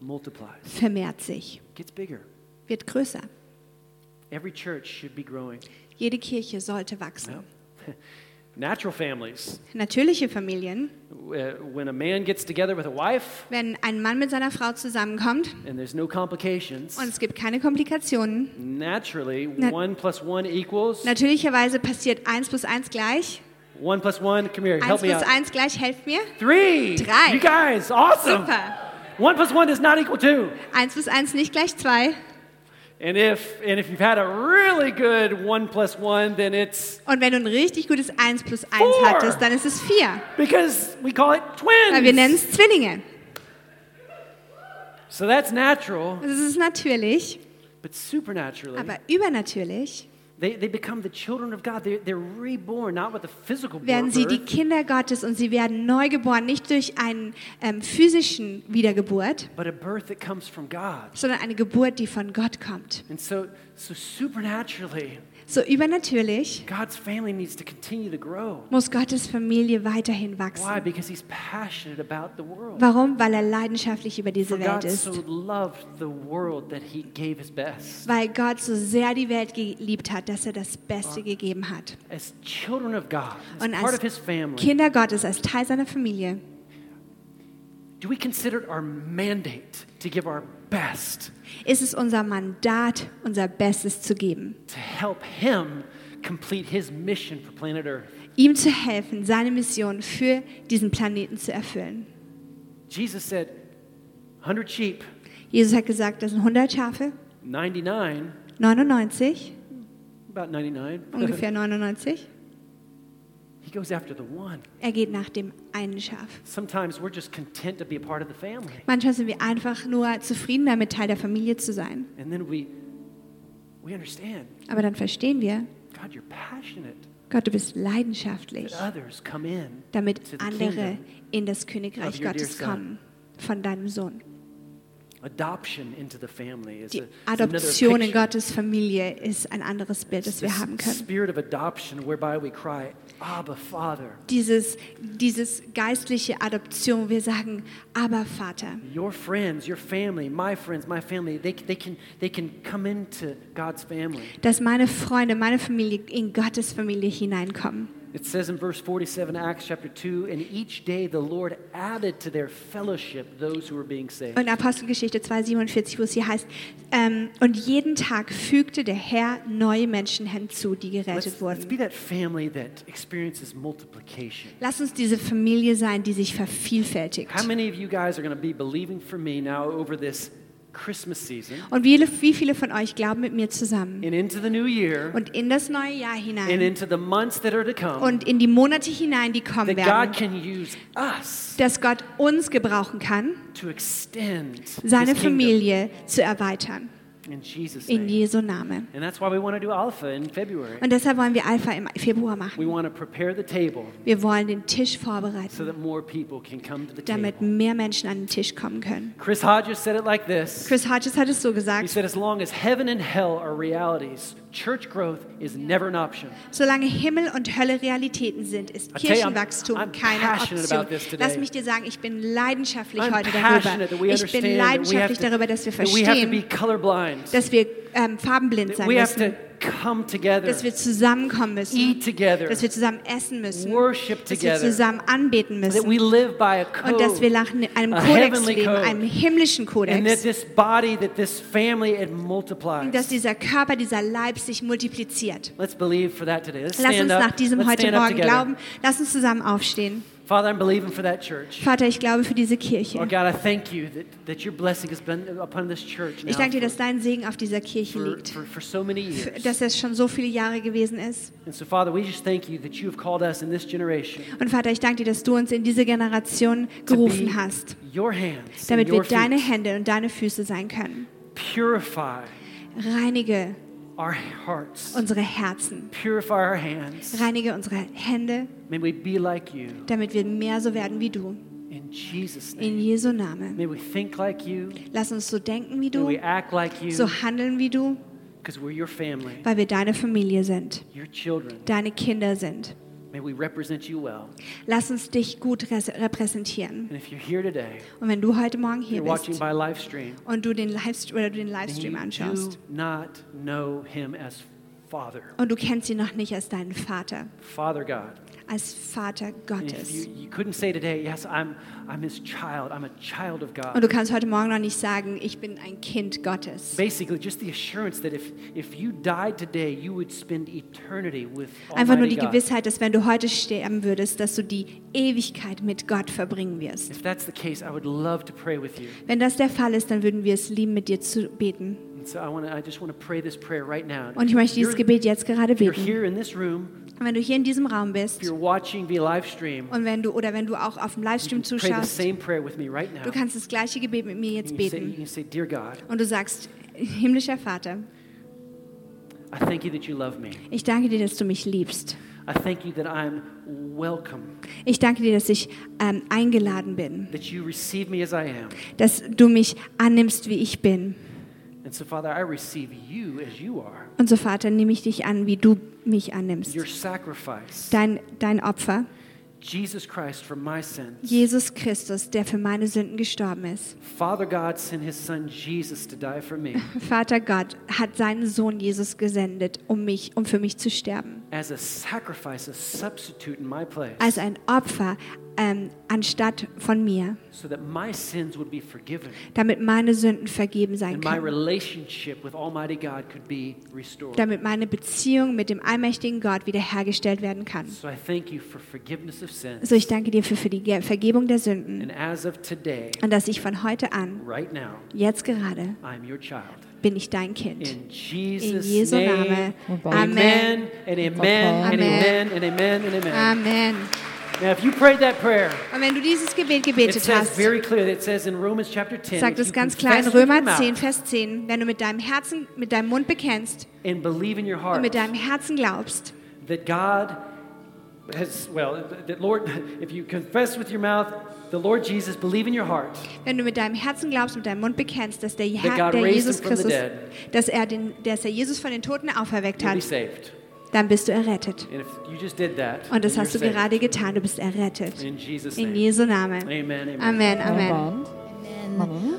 Speaker 1: multiplies,
Speaker 2: vermehrt sich,
Speaker 1: gets bigger.
Speaker 2: wird größer.
Speaker 1: Every church should be growing.
Speaker 2: Jede Kirche sollte wachsen.
Speaker 1: Yeah. Natural families.
Speaker 2: Natürliche Familien,
Speaker 1: Uh, When a man gets together with a wife
Speaker 2: wenn ein Mann mit seiner Frau zusammenkommt
Speaker 1: and there's no complications,
Speaker 2: und es gibt keine Komplikationen,
Speaker 1: naturally,
Speaker 2: Nat-
Speaker 1: 1 plus 1 equals
Speaker 2: Natürlicherweise passiert 1 plus 1 gleich.
Speaker 1: 1 plus 1. Come here,
Speaker 2: 1
Speaker 1: help me
Speaker 2: plus
Speaker 1: out.
Speaker 2: 1 gleich, helft mir.
Speaker 1: 3.
Speaker 2: Drei.
Speaker 1: You guys, awesome.
Speaker 2: Super.
Speaker 1: 1 plus 1 does not equal 2.
Speaker 2: 1 plus 1 nicht gleich 2.
Speaker 1: And if, and if you've had a really good 1 plus 1, then it's
Speaker 2: Und wenn du ein richtig gutes 1 plus 1
Speaker 1: Four.
Speaker 2: hattest, dann ist es 4.
Speaker 1: because we call it
Speaker 2: Weil wir nennen
Speaker 1: twins.
Speaker 2: es Zwillinge.
Speaker 1: So that's natural,
Speaker 2: Das ist natürlich,
Speaker 1: but supernaturally.
Speaker 2: aber übernatürlich
Speaker 1: They, they become the children of God. They're, they're reborn, not with a physical
Speaker 2: werden
Speaker 1: birth,
Speaker 2: sie die Kinder Gottes und sie werden neu geboren, nicht durch einen ähm, physischen Wiedergeburt,
Speaker 1: but a birth that comes from God.
Speaker 2: sondern eine Geburt, die von Gott kommt.
Speaker 1: And so, so supernaturally,
Speaker 2: So übernatürlich
Speaker 1: God's family needs to continue to grow.
Speaker 2: muss Gottes Familie weiterhin
Speaker 1: Why?
Speaker 2: wachsen.
Speaker 1: Because He's passionate about the world.
Speaker 2: Warum? Weil er leidenschaftlich über diese
Speaker 1: For
Speaker 2: Welt
Speaker 1: God
Speaker 2: ist.
Speaker 1: so loved the world that He gave His best.
Speaker 2: weil Gott so sehr die Welt geliebt hat, dass er das Beste gegeben hat.
Speaker 1: As children of God, as
Speaker 2: Und
Speaker 1: part
Speaker 2: als
Speaker 1: of His family,
Speaker 2: Kinder Gottes, als Teil seiner Familie,
Speaker 1: do we consider it our mandate to give our best
Speaker 2: ist es unser Mandat, unser Bestes zu geben.
Speaker 1: to help Him complete His mission for planet Earth?
Speaker 2: Ihm zu helfen, seine Mission für diesen Planeten zu erfüllen.
Speaker 1: Jesus said, 100 sheep,
Speaker 2: Jesus hat gesagt, das sind 100 Schafe,
Speaker 1: 99,
Speaker 2: 99,
Speaker 1: about 99.
Speaker 2: ungefähr 99.
Speaker 1: he goes after the one.
Speaker 2: Er geht nach dem einen Schaf.
Speaker 1: Sometimes we're just content to be a part of the family.
Speaker 2: Manchmal sind wir einfach nur zufrieden damit, Teil der Familie zu sein.
Speaker 1: And then we we understand,
Speaker 2: Aber dann verstehen wir,
Speaker 1: God, you're passionate
Speaker 2: Gott, du bist leidenschaftlich.
Speaker 1: that others come in. to
Speaker 2: damit
Speaker 1: the
Speaker 2: andere
Speaker 1: kingdom.
Speaker 2: in das
Speaker 1: of
Speaker 2: Königreich
Speaker 1: your
Speaker 2: Gottes
Speaker 1: dear son.
Speaker 2: kommen von deinem Sohn.
Speaker 1: Adoption into the family is, a, is
Speaker 2: Die
Speaker 1: another
Speaker 2: Adoption in
Speaker 1: picture.
Speaker 2: Gottes Familie ist ein anderes Bild, das wir
Speaker 1: This
Speaker 2: haben können.
Speaker 1: Spirit of adoption whereby we cry, Abba, Father,
Speaker 2: Dieses, dieses geistliche Adoption, wir sagen, aber Vater,
Speaker 1: your friends, your family, my friends, my family, they, they, can, they can come into God's family.
Speaker 2: dass meine Freunde, meine Familie in Gottes Familie hineinkommen.
Speaker 1: It says in verse 47, Acts chapter 2, and each day the Lord added to their fellowship those who were being saved.
Speaker 2: Und Apostelgeschichte 2,47, wo es hier heißt, ähm, und jeden Tag fügte der Herr neue Menschen hinzu, die gerettet
Speaker 1: Let's, let's
Speaker 2: wurden.
Speaker 1: be that family that experiences multiplication.
Speaker 2: Lass uns diese Familie sein, die sich vervielfältigt.
Speaker 1: How many of you guys are going to be believing for me now over this Christmas season
Speaker 2: Und wie, wie viele von euch glauben mit mir zusammen?
Speaker 1: and into the new year
Speaker 2: Und in das neue Jahr
Speaker 1: and
Speaker 2: hinein
Speaker 1: into the months that are to come
Speaker 2: und in die Monate hinein, die kommen
Speaker 1: that God
Speaker 2: werden,
Speaker 1: can use us
Speaker 2: dass Gott uns gebrauchen kann,
Speaker 1: to extend
Speaker 2: seine
Speaker 1: His kingdom
Speaker 2: Familie zu erweitern.
Speaker 1: in Jesus'
Speaker 2: In
Speaker 1: name?
Speaker 2: Jesu Name.
Speaker 1: And that's why we want to do Alpha in February.
Speaker 2: Und deshalb wollen wir Alpha im Februar
Speaker 1: We
Speaker 2: machen.
Speaker 1: want to prepare the table
Speaker 2: Wir wollen den Tisch
Speaker 1: so
Speaker 2: vorbereiten,
Speaker 1: that more people can come to the
Speaker 2: damit
Speaker 1: table.
Speaker 2: mehr Menschen an den Tisch kommen können.
Speaker 1: Chris Hodges said it like this.
Speaker 2: Chris Hodges hat es so
Speaker 1: He
Speaker 2: gesagt,
Speaker 1: said, as long as heaven and hell are realities, church growth is never an option.
Speaker 2: solange Himmel und Hölle Realitäten sind, ist
Speaker 1: I tell you, I'm-
Speaker 2: Kirchenwachstum
Speaker 1: I'm
Speaker 2: keine
Speaker 1: passionate
Speaker 2: Option.
Speaker 1: about this today.
Speaker 2: Lass mich dir sagen, ich bin leidenschaftlich
Speaker 1: I'm
Speaker 2: heute
Speaker 1: passionate that we
Speaker 2: darüber. Ich
Speaker 1: understand that
Speaker 2: bin
Speaker 1: we have
Speaker 2: leidenschaftlich
Speaker 1: to-
Speaker 2: darüber, dass wir
Speaker 1: that we have to be
Speaker 2: verstehen,
Speaker 1: colorblind.
Speaker 2: dass wir ähm, farbenblind
Speaker 1: that
Speaker 2: sein
Speaker 1: we have to
Speaker 2: müssen,
Speaker 1: come together,
Speaker 2: dass wir zusammenkommen müssen,
Speaker 1: eat together,
Speaker 2: dass wir zusammen essen müssen,
Speaker 1: worship
Speaker 2: dass wir
Speaker 1: together,
Speaker 2: zusammen anbeten
Speaker 1: that
Speaker 2: müssen
Speaker 1: we live by a code,
Speaker 2: und dass wir nach ne- einem
Speaker 1: a
Speaker 2: Kodex
Speaker 1: heavenly
Speaker 2: leben,
Speaker 1: code.
Speaker 2: einem himmlischen
Speaker 1: and that
Speaker 2: Kodex,
Speaker 1: this body, that this family, it multiplies.
Speaker 2: dass dieser Körper, dieser Leib sich multipliziert.
Speaker 1: Let's believe for that today. Let's
Speaker 2: Lass uns
Speaker 1: stand up.
Speaker 2: nach diesem
Speaker 1: Let's
Speaker 2: heute
Speaker 1: stand up
Speaker 2: Morgen
Speaker 1: together.
Speaker 2: glauben. Lass uns zusammen aufstehen.
Speaker 1: Father, I'm believing for that church.
Speaker 2: Vater, ich glaube für diese Kirche.
Speaker 1: Lord God, I thank you that, that your blessing has been upon this church now
Speaker 2: Ich danke dir, dass
Speaker 1: for-
Speaker 2: dein Segen auf dieser Kirche
Speaker 1: for,
Speaker 2: liegt,
Speaker 1: for, for so many years.
Speaker 2: dass es schon so viele Jahre gewesen ist.
Speaker 1: And so, Father, we just thank you that you have called us in this generation
Speaker 2: Und Vater, ich danke dir, dass du uns in diese
Speaker 1: to
Speaker 2: Generation
Speaker 1: be
Speaker 2: gerufen hast,
Speaker 1: your hands,
Speaker 2: damit
Speaker 1: and
Speaker 2: wir
Speaker 1: your
Speaker 2: deine
Speaker 1: feet.
Speaker 2: Hände und deine Füße sein können.
Speaker 1: Purify
Speaker 2: Reinige
Speaker 1: our hearts.
Speaker 2: unsere Herzen,
Speaker 1: Purify our hands.
Speaker 2: reinige unsere Hände,
Speaker 1: May we be like you
Speaker 2: damit wir mehr so werden wie du.
Speaker 1: in Jesus'
Speaker 2: In
Speaker 1: name.
Speaker 2: Jesu Namen.
Speaker 1: May we think like you.
Speaker 2: Lass uns so denken wie
Speaker 1: May
Speaker 2: du,
Speaker 1: we act like you
Speaker 2: so handeln wie du,
Speaker 1: because we're your family,
Speaker 2: weil wir deine Familie sind,
Speaker 1: your children.
Speaker 2: deine Kinder sind.
Speaker 1: May we represent you well.
Speaker 2: Lass uns dich gut res- repräsentieren.
Speaker 1: And if you're here today,
Speaker 2: Und wenn du heute Morgen hier
Speaker 1: you're watching
Speaker 2: bist
Speaker 1: by live stream,
Speaker 2: und du den Livestream, oder du den
Speaker 1: and
Speaker 2: Livestream
Speaker 1: you do
Speaker 2: anschaust
Speaker 1: not know him as Father,
Speaker 2: und du kennst ihn noch nicht als deinen Vater,
Speaker 1: Father God.
Speaker 2: als Vater
Speaker 1: And if
Speaker 2: Gottes.
Speaker 1: you, you couldn't say today, yes, I'm, I'm his child, I'm a child of
Speaker 2: Und
Speaker 1: God.
Speaker 2: du kannst heute Morgen noch nicht sagen, ich bin ein Kind Gottes.
Speaker 1: Basically, just the assurance that if, if you died today, you would spend eternity with
Speaker 2: Einfach nur
Speaker 1: Almighty
Speaker 2: die
Speaker 1: God.
Speaker 2: Gewissheit, dass wenn du heute sterben würdest, dass du die Ewigkeit mit Gott verbringen wirst.
Speaker 1: If that's the case, I would love to pray with you.
Speaker 2: Wenn das der Fall ist, dann würden wir es lieben, mit dir zu beten.
Speaker 1: And so I, wanna, I just want to pray this prayer right now.
Speaker 2: Und ich möchte dieses
Speaker 1: You're-
Speaker 2: Gebet jetzt gerade
Speaker 1: if you're
Speaker 2: beten.
Speaker 1: here in this room,
Speaker 2: Und wenn du hier in diesem Raum bist
Speaker 1: if you're watching via live stream,
Speaker 2: und wenn du oder wenn du auch auf dem
Speaker 1: you
Speaker 2: Livestream
Speaker 1: can pray the
Speaker 2: zuschaust,
Speaker 1: same prayer with me right now.
Speaker 2: du kannst das gleiche Gebet mit mir jetzt
Speaker 1: You can, say, you
Speaker 2: beten.
Speaker 1: can say, Dear God,
Speaker 2: Und du sagst, himmlischer Vater,
Speaker 1: I thank you that you love me.
Speaker 2: ich danke dir, dass du mich liebst.
Speaker 1: I thank you that I'm welcome,
Speaker 2: Ich danke dir, dass ich ähm, eingeladen bin,
Speaker 1: that you receive me as I am.
Speaker 2: dass du mich annimmst, wie ich bin.
Speaker 1: And so, Father, I receive you as you are,
Speaker 2: Und so, Vater, nehme ich dich an, wie du mich annimmst.
Speaker 1: your sacrifice,
Speaker 2: Dein, dein Opfer,
Speaker 1: Jesus Christ for my sin.
Speaker 2: Jesus Christus, der für meine Sünden gestorben ist.
Speaker 1: Father God sent his son Jesus to die for me
Speaker 2: Vater Gott hat seinen Sohn Jesus gesendet, um mich, um für mich zu sterben.
Speaker 1: as a sacrifice, a substitute in my place,
Speaker 2: als ein Opfer ähm, anstatt von mir,
Speaker 1: so that my sins would be forgiven
Speaker 2: damit meine Sünden vergeben sein
Speaker 1: and my
Speaker 2: können,
Speaker 1: relationship with Almighty God could be restored.
Speaker 2: damit meine Beziehung mit dem allmächtigen Gott wiederhergestellt werden kann.
Speaker 1: So I thank you for forgiveness of sins.
Speaker 2: So, ich danke dir für, für die Ge- Vergebung der Sünden
Speaker 1: And as of today,
Speaker 2: und dass ich von heute an,
Speaker 1: right now,
Speaker 2: jetzt gerade,
Speaker 1: I'm your child.
Speaker 2: bin ich dein Kind.
Speaker 1: In Jesus'
Speaker 2: In Jesu
Speaker 1: name.
Speaker 2: Name.
Speaker 1: Amen and amen and amen
Speaker 2: Amen. Um,
Speaker 1: and amen and amen.
Speaker 2: Amen.
Speaker 1: Now, if you prayed that prayer,
Speaker 2: Und wenn du dieses Gebet
Speaker 1: it
Speaker 2: gebetet
Speaker 1: says
Speaker 2: hast,
Speaker 1: very clear. It says in Romans chapter 10,
Speaker 2: sagt
Speaker 1: if
Speaker 2: es
Speaker 1: you
Speaker 2: ganz klar in
Speaker 1: confess with your
Speaker 2: Römer
Speaker 1: mouth
Speaker 2: 10, Vers 10, wenn du mit deinem Herzen, mit deinem Mund bekennst
Speaker 1: and believe in your
Speaker 2: und
Speaker 1: heart
Speaker 2: mit deinem Herzen glaubst,
Speaker 1: that God has, well, that Lord, if you confess with your mouth the Lord Jesus, believe in your heart
Speaker 2: Wenn du mit deinem Herzen glaubst, mit deinem Mund bekennst, dass der,
Speaker 1: That God
Speaker 2: Herr, der
Speaker 1: raised
Speaker 2: Jesus
Speaker 1: him from the
Speaker 2: Christus,
Speaker 1: dead.
Speaker 2: dass er, den, dass er Jesus von den Toten auferweckt
Speaker 1: you'll be
Speaker 2: hat,
Speaker 1: saved.
Speaker 2: dann bist du errettet.
Speaker 1: And if you just did that,
Speaker 2: Und das
Speaker 1: then
Speaker 2: hast du
Speaker 1: you're saved.
Speaker 2: gerade getan, du bist errettet.
Speaker 1: in Jesus'
Speaker 2: In
Speaker 1: name.
Speaker 2: Jesu Namen.
Speaker 1: Amen. Amen.
Speaker 2: Amen, Amen.
Speaker 3: Amen. Amen.